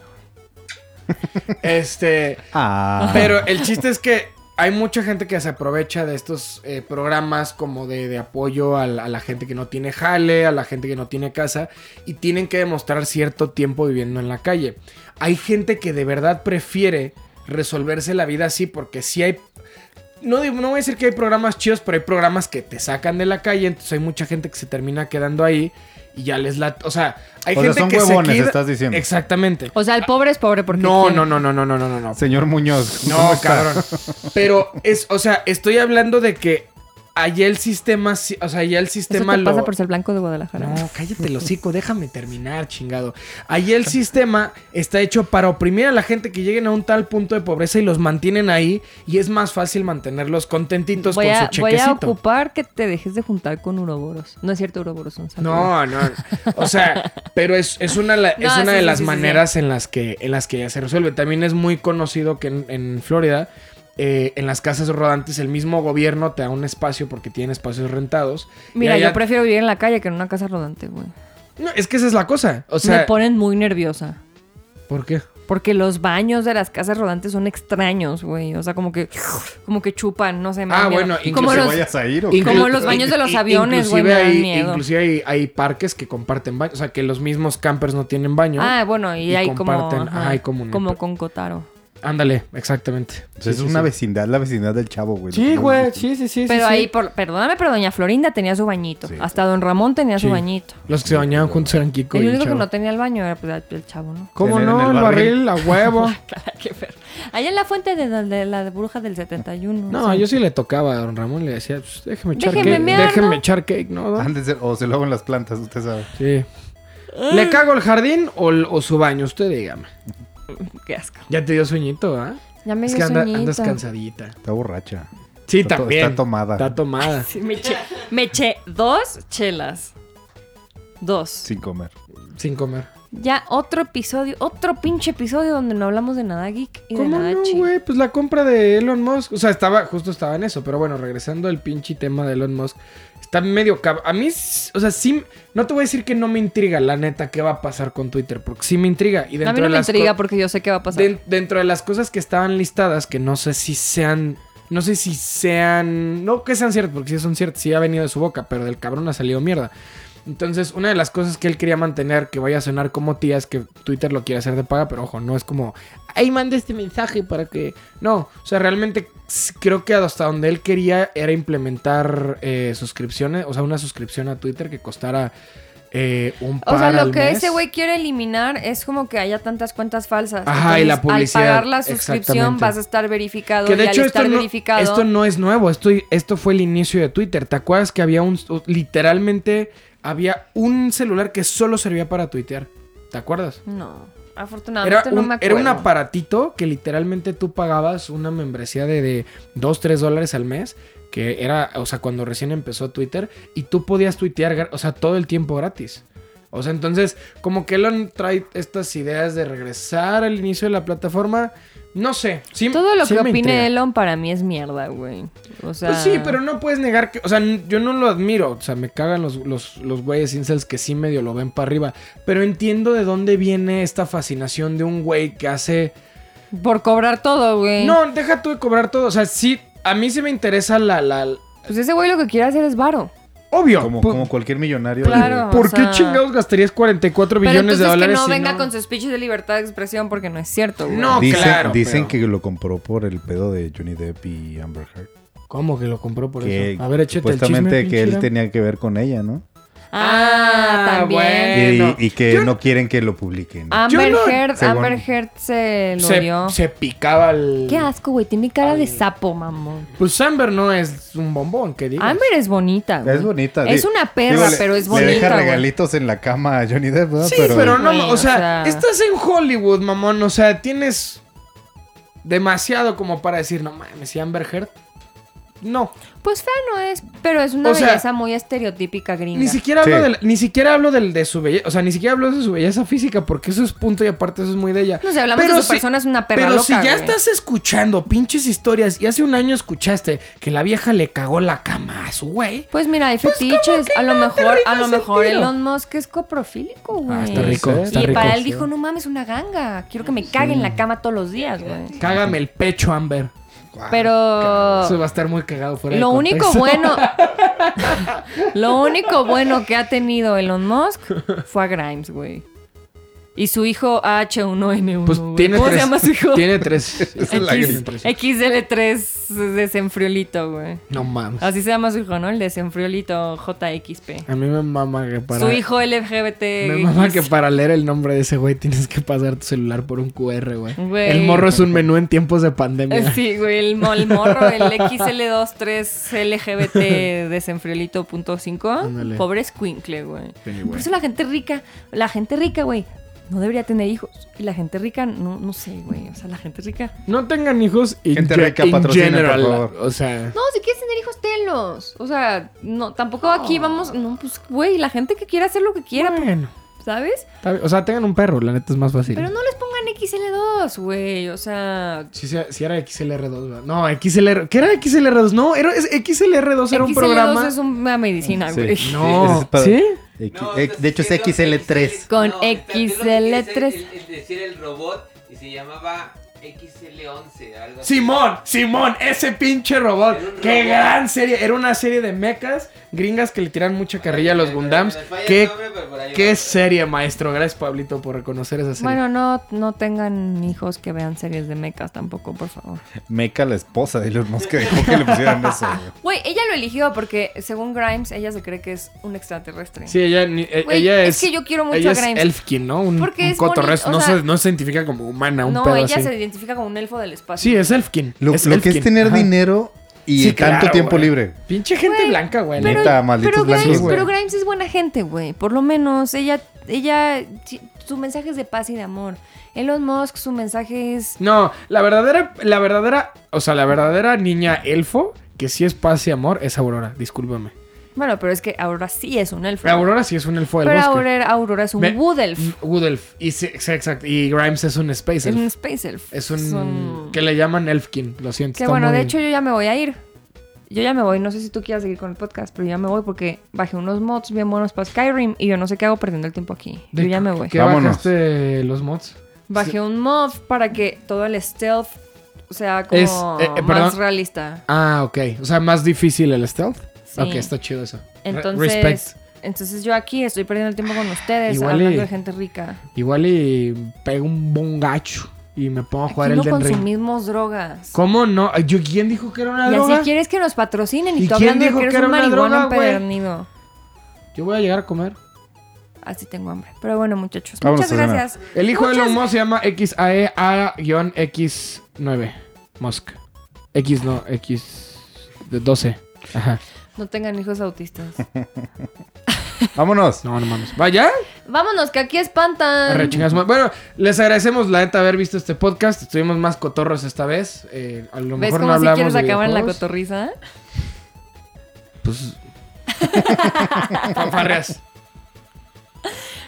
S3: Este.
S2: Ah.
S3: Pero el chiste es que hay mucha gente que se aprovecha de estos eh, programas como de, de apoyo a la, a la gente que no tiene jale, a la gente que no tiene casa y tienen que demostrar cierto tiempo viviendo en la calle. Hay gente que de verdad prefiere resolverse la vida así porque si hay... No, digo- no voy a decir que hay programas chidos, pero hay programas que te sacan de la calle, entonces hay mucha gente que se termina quedando ahí y ya les la... O sea, hay
S2: O sea,
S3: gente
S2: son
S3: que
S2: huevones,
S3: se queda-
S2: estás diciendo.
S3: Exactamente.
S1: O sea, el pobre es pobre porque.
S3: No,
S1: quiere.
S3: no, no, no, no, no, no, no, no.
S2: Señor Muñoz.
S3: No,
S2: ¿cómo está?
S3: cabrón. Pero es, o sea, estoy hablando de que allá el sistema, sí- o sea, allá el
S1: Eso
S3: sistema
S1: te
S3: lo.
S1: pasa por ser blanco de Guadalajara.
S3: No, cállate el hocico, déjame terminar, chingado. Allá el sistema está hecho para oprimir a la gente que lleguen a un tal punto de pobreza y los mantienen ahí y es más fácil mantenerlos contentitos
S1: Voy
S3: con
S1: a,
S3: su
S1: voy a
S3: chequecito.
S1: ocupar que te dejes de juntar con Uroboros. No es cierto, Uroboros son saludos.
S3: No, no. O sea, pero es, es una, la- es
S1: No,
S3: una
S1: sí,
S3: de
S1: sí,
S3: las
S1: sí, sí,
S3: maneras En, las que, en las que ya se resuelve. También es muy conocido que en, en Florida, eh, en las casas rodantes, el mismo gobierno te da un espacio porque tienen espacios rentados. Y
S1: Mira,
S3: allá-
S1: yo prefiero vivir en la calle que en una casa rodante, güey.
S3: No, es que esa es la cosa. O
S1: me
S3: sea,
S1: ponen muy nerviosa.
S3: ¿por qué?
S1: Porque los baños de las casas rodantes son extraños, güey. O sea, como que, como que chupan, no sé. me da
S3: Ah,
S1: miedo.
S3: bueno,
S1: Y
S3: incluso
S1: como
S2: ¿Que
S1: los-
S2: vayas a ir o
S1: Inclu-
S2: qué?
S1: Como los baños de los
S3: i-
S1: aviones, güey, me
S3: Inclusive,
S1: dan
S3: hay,
S1: miedo.
S3: inclusive hay, hay parques que comparten baños. O sea, que los mismos campers no tienen baño.
S1: Ah, bueno, y,
S3: Y
S1: hay como,
S3: comparten,
S1: ajá,
S3: hay como una-
S1: con Kotaro.
S3: Ándale, exactamente.
S2: Pues
S3: Sí,
S2: es
S3: sí,
S2: una
S3: sí.
S2: vecindad, la vecindad del chavo, güey.
S3: Sí, güey, sí, sí, sí.
S1: pero
S3: sí, sí.
S1: ahí, por- perdóname, pero Doña Florinda tenía su bañito.
S2: Sí.
S1: Hasta Don Ramón tenía
S3: Sí.
S1: su bañito.
S3: Los que se bañaban juntos eran Kiko y
S1: El
S3: el
S1: único que
S3: Chavo.
S1: no tenía el baño era pues, el chavo, ¿no?
S3: ¿Cómo
S2: Tener en
S3: no?
S2: el
S3: El barril,
S2: barril.
S3: a huevo.
S1: Qué perro. Allá en la fuente de, donde la bruja del 71.
S3: No,
S1: sí.
S3: yo sí le tocaba a don Ramón, le decía, pues, déjeme echar
S1: Déjeme
S3: cake.
S1: mear,
S3: déjeme
S1: ¿no?
S3: echar cake, ¿no? don?
S2: Antes de- o se lo hago en las plantas, usted sabe.
S3: Sí. ¿Le cago el jardín o, el- o su baño? Usted dígame.
S1: Qué asco.
S3: Ya te dio sueñito, ¿ah?
S1: Ya me
S3: Es
S1: dio
S3: que anda-
S1: sueñito.
S3: andas cansadita.
S2: Está borracha.
S3: Sí,
S2: Está to-
S3: también.
S2: está tomada.
S3: Está tomada.
S1: Sí, me, eché, me eché dos chelas. Dos.
S2: Sin comer.
S3: Sin comer.
S1: Ya otro episodio, otro pinche episodio donde no hablamos de nada geek y de
S3: ¿Cómo
S1: nada
S3: no,
S1: chido.
S3: güey? Pues la compra de Elon Musk. O sea, estaba, justo estaba en eso. Pero bueno, regresando al pinche tema de Elon Musk. Está medio cab... A mí, s- o sea, sí... No te voy a decir que no me intriga, la neta, qué va a pasar con Twitter. Porque sí me intriga. Y dentro
S1: a mí no
S3: de
S1: me
S3: las co-
S1: intriga porque yo sé qué va a pasar.
S3: Den- dentro de las cosas que estaban listadas, que no sé si sean. No sé si sean. No que sean ciertas, porque sí son ciertas, sí ha venido de su boca, pero del cabrón ha salido mierda. Entonces, una de las cosas que él quería mantener, que vaya a sonar como tía, es que Twitter lo quiere hacer de paga, pero ojo, no es como, ay, manda este mensaje para que. No, o sea, realmente s- creo que hasta donde él quería era implementar eh, suscripciones, o sea, una suscripción a Twitter que costara eh, un par
S1: o sea, lo
S3: al
S1: que
S3: mes.
S1: ese güey quiere eliminar es como que haya tantas cuentas falsas.
S3: Ajá, y la publicidad,
S1: Al pagar la suscripción
S3: exactamente.
S1: vas a estar verificado.
S3: Que de
S1: y
S3: hecho
S1: al
S3: esto
S1: estar
S3: no,
S1: verificado.
S3: esto no es nuevo, esto, esto fue el inicio de Twitter. ¿Te acuerdas que había un... Literalmente había un celular que solo servía para tuitear? ¿Te acuerdas?
S1: No,
S3: Era
S1: afortunadamente no
S3: un,
S1: me
S3: era
S1: acuerdo.
S3: un aparatito que literalmente tú pagabas una membresía de, de 2, 3 dólares al mes, que era, o sea, cuando recién empezó Twitter, y tú podías tuitear, gra- o sea, todo el tiempo gratis. O sea, entonces, como que Elon trae estas ideas de regresar al inicio de la plataforma, no sé. sí-
S1: Todo lo
S3: sí
S1: que
S3: me
S1: opine
S3: intriga.
S1: Elon para mí es mierda, güey. O sea,
S3: Pues sí, pero no puedes negar que. O sea, n- yo no lo admiro. O sea, me cagan los, los, los güeyes incels que sí medio lo ven para arriba. Pero entiendo de dónde viene esta fascinación de un güey que hace.
S1: por cobrar todo, güey.
S3: No, deja tú de cobrar todo. O sea, sí, a mí sí me interesa la. la, la-
S1: Pues ese güey lo que quiere hacer es varo.
S3: Obvio.
S2: Como,
S3: Por-
S2: como cualquier millonario.
S1: Claro.
S3: ¿Por
S1: o
S3: qué
S1: sea-
S3: chingados gastarías 44
S1: Pero
S3: billones
S1: entonces
S3: de
S1: que
S3: dólares?
S1: no
S3: si
S1: venga con sus speech de libertad de expresión porque no es cierto, güey.
S3: No,
S2: Dicen,
S3: claro,
S2: dicen
S3: pero-
S2: que lo compró por el pedo de Johnny Depp y Amber Heard.
S3: ¿Cómo que lo compró por
S2: Que
S3: eso? A ver, échate el chisme.
S2: supuestamente que él
S3: pinche.
S2: tenía que ver con ella, ¿no?
S1: Ah,
S3: Ah,
S1: también.
S3: bueno.
S2: Y-
S3: no.
S2: y, que
S3: Yo-
S2: no quieren que lo publiquen.
S1: Amber
S3: Yo no-
S1: Heard,
S2: Según-
S1: Amber Heard se lo dio.
S3: Se, se picaba el.
S1: Qué asco, güey. Tiene cara de
S3: Ay.
S1: sapo, mamón.
S3: Pues Amber no es un bombón, que digas.
S1: Amber es bonita, güey.
S2: Es bonita.
S1: Es
S2: di-
S1: una perra,
S2: le-
S1: pero es
S2: Le deja
S1: bonita, güey.
S2: regalitos en la cama a Johnny Depp, ¿verdad?
S3: Sí, pero, no,
S1: Güey,
S3: ma-
S1: o
S3: o sea,
S1: sea-
S3: estás en Hollywood, mamón, o sea, tienes demasiado como para decir, no mames, ¿y Amber Heard? No,
S1: Pues fea no es, pero es una
S3: O sea,
S1: belleza muy estereotípica gringa.
S3: ni siquiera hablo
S2: Sí.
S3: del, ni siquiera hablo del de su belleza, o sea, ni siquiera hablo de su belleza física porque eso es punto y aparte eso es muy de ella.
S1: No sé, hablamos
S3: Pero
S1: de su
S3: si-
S1: persona, es una perra
S3: Pero
S1: loca,
S3: si ya
S1: güey.
S3: estás escuchando pinches historias y hace un año escuchaste que la vieja le cagó la cama a su güey.
S1: Pues mira, hay
S3: Pues,
S1: fetiches.
S3: ¿cómo que
S1: A lo
S3: no? Qué
S1: mejor, a
S3: rico
S1: lo mejor
S3: sentido.
S1: Elon Musk es coprofílico, güey.
S3: Ah, está rico,
S2: Sí.
S3: está
S1: y
S3: rico.
S1: para él dijo, no mames, una ganga. Quiero que me cague en la cama todos los días, güey.
S3: Cágame el pecho, Amber.
S1: Pero
S3: Eso va a estar muy cagado fuera de
S1: Oh. lo único
S3: contexto.
S1: bueno, lo único bueno que ha tenido Elon Musk fue a Grimes, güey. Y su hijo H1N1.
S3: Pues
S1: güey.
S3: tiene
S1: ¿Cómo
S3: tres.
S1: se llama su hijo?
S3: Tiene tres.
S2: es la
S1: X-
S2: gripe.
S1: XL3 desenfriolito, güey.
S3: No mames.
S1: Así se llama su hijo, ¿no? El desenfriolito JXP.
S3: A mí me mama que para.
S1: Su hijo LGBT.
S3: Me mama que para leer el nombre de ese güey tienes que pasar tu celular por un QR, güey.
S1: Güey.
S3: El morro es un menú en tiempos de pandemia.
S1: Sí, güey, el, mo- el morro, el XL23 LGBT
S3: Ándale.
S1: desenfriolito.5. Pobre escuincle, güey. Por eso la gente rica, la gente rica, güey, no debería tener hijos. Y la gente rica, no, no sé, güey. O sea, la gente rica.
S3: No tengan hijos y
S2: Gente rica, patrocina, por favor.
S3: O sea,
S1: No, si quieres tener hijos, tenlos. O sea, no, tampoco aquí vamos. No, pues, güey, la gente que quiera hacer lo que quiera, pues,
S3: bueno.
S1: ¿sabes?
S3: está bien. O sea, tengan un perro, la neta es más fácil.
S1: Pero no les pongan XL2, güey. O sea,
S3: Si, sea- si era XLR2, ¿verdad? No, XLR. ¿Qué era XLR2? No, era, es- XLR2 era un
S1: XL2
S3: programa.
S1: es una medicina,
S2: Sí.
S1: güey.
S3: No,
S2: Ese es para-
S3: ¿sí?
S2: X-
S4: No,
S2: eh, de hecho, es
S4: estás diciendo
S2: XL3.
S1: Con
S4: no, está- es lo que quería decir,
S1: XL3.
S4: el- el Decir el robot y se llamaba XL11. Algo así.
S3: Simón, Simón, ese pinche
S4: Era un
S3: robot. Qué
S4: robot.
S3: gran serie. Era una serie de mechas gringas que le tiran mucha carrilla a los
S4: Me- me-
S3: Gundams.
S4: me falla el
S3: Qué,
S4: nombre, pero por ahí
S3: qué
S4: va.
S3: serie, maestro. Gracias, Pablito, por reconocer esa serie.
S1: Bueno, no, no tengan hijos que vean series de mecas tampoco, por favor.
S2: Meca, la esposa de Elon Musk, que dejó que le pusieran eso. güey.
S1: Güey, ella lo eligió porque, según Grimes, ella se cree que es un extraterrestre.
S3: Sí, ella, ni- e-
S1: Güey,
S3: ella
S1: es
S3: es.
S1: que yo quiero mucho
S3: ella
S1: a
S3: es
S1: Grimes.
S3: Elfkin, ¿no? Un,
S1: Porque
S3: un
S1: es
S3: cotorrez.
S1: bonito, o
S3: no,
S1: sea-
S3: se, no se identifica como humana, un
S1: no,
S3: pedo
S1: ella
S3: así.
S1: se identifica como un elfo del espacio.
S3: Sí, es Elfkin.
S2: Lo,
S3: es
S2: lo que es
S3: Elfkin,
S2: tener
S3: ajá.
S2: dinero y
S3: Sí,
S2: tanto
S3: claro,
S2: tiempo
S3: güey.
S2: libre.
S3: Pinche gente
S1: Güey,
S3: blanca, güey.
S1: Pero,
S2: Neta, malditos
S1: pero
S2: blancos,
S1: Grimes,
S3: güey.
S1: pero Grimes es buena gente, güey. Por lo menos ella, ella, sí, su mensaje es de paz y de amor. Elon Musk, su mensaje es...
S3: No, la verdadera, la verdadera, o sea, la verdadera niña elfo que sí es paz y amor es Aurora, discúlpame.
S1: Bueno, pero es que Aurora sí es un elfo.
S3: Aurora sí es un elfo del
S1: pero
S3: bosque.
S1: Aurora, Aurora es un
S3: Me-
S1: wood elf.
S3: Mm, Wood elf. Y sí, sí, exacto. Y Grimes es un space
S1: Es
S3: elf.
S1: un space elf.
S3: Es un,
S1: Son-
S3: que le llaman elfkin, lo siento.
S1: Que
S3: está
S1: bueno, de
S3: muy-
S1: hecho yo ya me voy a ir. Yo ya me voy. No sé si tú quieras seguir con el podcast, pero yo ya me voy porque bajé unos mods bien buenos para Skyrim y yo no sé qué hago perdiendo el tiempo aquí. Yo
S3: ¿De
S1: ya me voy.
S3: ¿Qué
S2: Vámonos.
S3: bajaste los mods?
S1: Bajé un mod para que todo el stealth sea como
S3: Es, eh, eh,
S1: más
S3: perdón.
S1: realista.
S3: Ah, ok. O sea, más difícil el stealth.
S1: Sí.
S3: Ok, está chido eso. Re-
S1: Entonces,
S3: Respect.
S1: entonces yo aquí estoy perdiendo el tiempo con ustedes
S3: Igual y-
S1: hablando de gente rica.
S3: Igual y pego un bongacho y me pongo a jugar
S1: Aquí no
S3: el Elden Ring.
S1: consumimos drogas.
S3: ¿Cómo no? Ay, yo- ¿Quién dijo que era una
S1: Y
S3: droga?
S1: así quieres que nos patrocinen y,
S3: ¿Y
S1: tú
S3: quién
S1: hablando de
S3: dijo
S1: que eres
S3: que era
S1: un
S3: una
S1: marihuana
S3: droga, güey?
S1: empedernido.
S3: Yo voy a llegar a comer.
S1: Así tengo hambre. Pero bueno, muchachos,
S2: Vámonos
S1: muchas
S2: a cenar.
S1: gracias.
S3: El hijo de
S1: Muchas-
S3: Elon Musk se llama E XAEA-X9. Musk. X no, X de 12. Ajá.
S1: No tengan hijos autistas.
S2: Vámonos.
S3: No, no mames. Vaya.
S1: Vámonos, que aquí espantan.
S3: Arre, chingas madre. Bueno, les agradecemos la neta haber visto este podcast. Estuvimos más cotorros esta vez. Eh, a lo
S1: ¿Ves
S3: mejor
S1: cómo si
S3: no hablamos
S1: quieres
S3: de
S1: acabar en la
S3: videojuegos.
S1: cotorriza?
S3: Pues. Fanfarrias.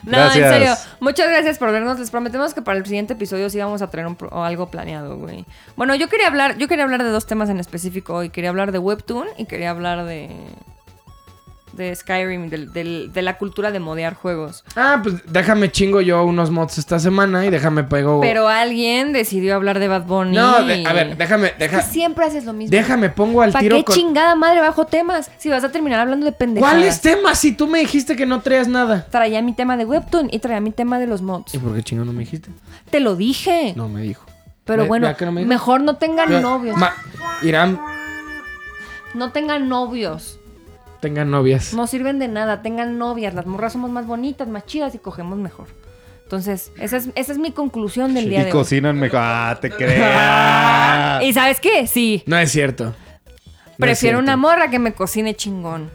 S1: No,
S2: Gracias.
S1: en serio. Muchas gracias por vernos. Les prometemos que para el siguiente episodio sí vamos a traer un pro- o algo planeado, güey. Bueno, yo quería hablar, yo quería hablar de dos temas en específico hoy. Quería hablar de Webtoon y quería hablar de. de Skyrim, del- del- de la cultura de modear juegos.
S3: Ah, pues déjame chingo yo unos mods esta semana y déjame pego.
S1: Pero alguien decidió hablar de Bad Bunny.
S3: Oh. No, de- a ver, déjame,
S1: Es que
S3: deja-
S1: siempre haces lo mismo.
S3: déjame pongo al
S1: ¿Para
S3: tiro
S1: qué
S3: con.
S1: chingada madre bajo temas? Si vas a terminar hablando de pendejadas.
S3: ¿Cuál es tema si tú me dijiste que no traías nada?
S1: Traía mi tema de Webtoon y traía mi tema de los mods.
S3: ¿Y por qué chingo no me dijiste?
S1: Te lo dije.
S3: No me dijo.
S1: pero
S3: Ve-
S1: bueno,
S3: vea que no me dijo.
S1: mejor no tengan
S3: Yo-
S1: novios.
S3: Ma- Irán
S1: No tengan novios.
S3: tenga novias.
S1: No sirven de nada. Tengan novias. Las morras somos más bonitas, más chidas y cogemos mejor. Entonces, esa es, esa es mi conclusión del día
S2: Y
S1: de hoy.
S2: cocinan mejor. Ah, te creas.
S1: ¿Y sabes qué? Sí.
S3: No es cierto. ah, No es
S1: Prefiero
S3: cierto.
S1: una morra que me cocine chingón,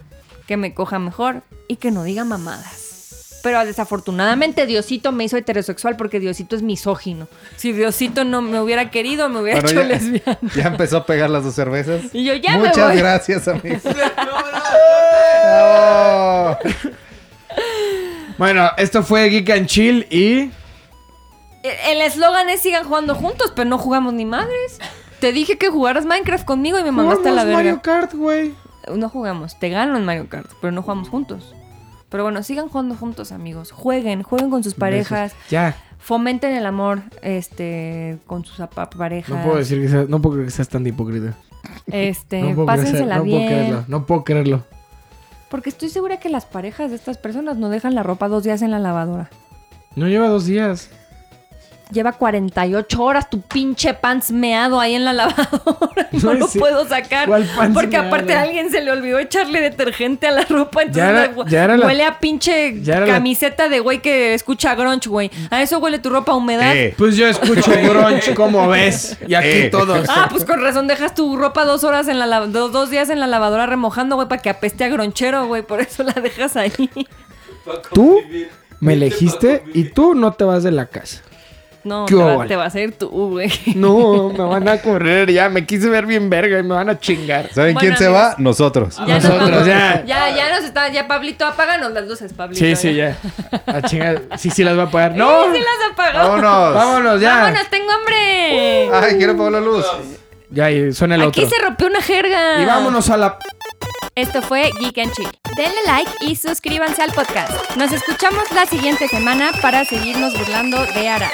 S1: que me coja mejor y que no diga mamadas. Pero desafortunadamente Diosito me hizo heterosexual porque Diosito es misógino. Si Diosito no me hubiera querido, me hubiera
S2: Bueno,
S1: hecho
S2: ya-
S1: lesbiana.
S2: ya, empezó a pegar las dos cervezas.
S1: Y yo, ya me
S2: Muchas
S1: voy.
S2: gracias, amigos.
S4: No, no.
S2: Bravo.
S3: Bueno, esto fue Geek and Chill y.
S1: E, El el eslogan es sigan jugando juntos, pero no jugamos ni madres. Te dije que jugaras Minecraft conmigo y me mandaste a la
S3: Jugamos Mario
S1: verga.
S3: Kart, güey.
S1: No jugamos, te gano en Mario Kart, pero no jugamos juntos. Pero bueno, sigan jugando juntos, amigos. Jueguen, jueguen con sus parejas.
S3: Besos. Ya.
S1: Fomenten el amor este con sus apa- parejas.
S3: No puedo decir que seas, no puedo creer que seas tan hipócrita.
S1: Este,
S3: No puedo, creer,
S1: pásensela
S3: no puedo
S1: bien.
S3: creerlo. No puedo creerlo.
S1: porque estoy segura que las parejas de estas personas no dejan la ropa dos días en la lavadora.
S3: No lleva dos días.
S1: Lleva 48 horas tu pinche pants meado ahí en la lavadora. y No,
S3: No es
S1: lo
S3: cierto.
S1: puedo sacar.
S3: ¿Cuál pants
S1: porque
S3: meado?
S1: aparte a alguien se le olvidó echarle detergente a la ropa. Entonces
S3: Ya era-
S1: me hu-
S3: ya era la-
S1: huele a pinche
S3: ya era la-
S1: camiseta de güey que escucha grunge, güey. A eso huele tu ropa a humedad.
S2: Eh,
S3: Pues yo escucho grunge, como ves. Y aquí
S2: Eh.
S3: todos.
S1: Ah, pues con razón dejas tu ropa dos horas en la lav- dos, dos días en la lavadora remojando, güey, para que apeste a gronchero, güey. Por eso la dejas ahí.
S4: Pa'
S3: Tú
S4: convivir.
S3: me elegiste y tú no te vas de la casa.
S1: No,
S3: Qué
S1: te, va-
S3: óvale.
S1: te vas a ir tú, güey.
S3: No, me van a correr ya. Me quise ver bien verga y me van a chingar.
S2: ¿Saben
S1: Bueno,
S2: quién se
S1: amigos.
S2: va? Nosotros.
S1: Ya nos
S3: Nosotros,
S1: vamos.
S3: ya.
S1: Ya, ya nos está. Ya, Pablito, apáganos las luces, Pablito.
S3: Sí, sí, ya. A chingar. Sí, sí las va a pagar.
S1: No.
S3: No.
S1: Sí, las apagó.
S2: Vámonos.
S3: Vámonos, ya. Uh.
S1: Vámonos, tengo hambre.
S2: Ay, quiero apagar la luz.
S3: Ya, y suena el
S1: Aquí
S3: otro.
S1: se rompió una jerga.
S3: Y vámonos a la...
S1: Esto fue Geek and Chill. Denle like y suscríbanse al podcast. Nos escuchamos la siguiente semana para seguirnos burlando de Ara.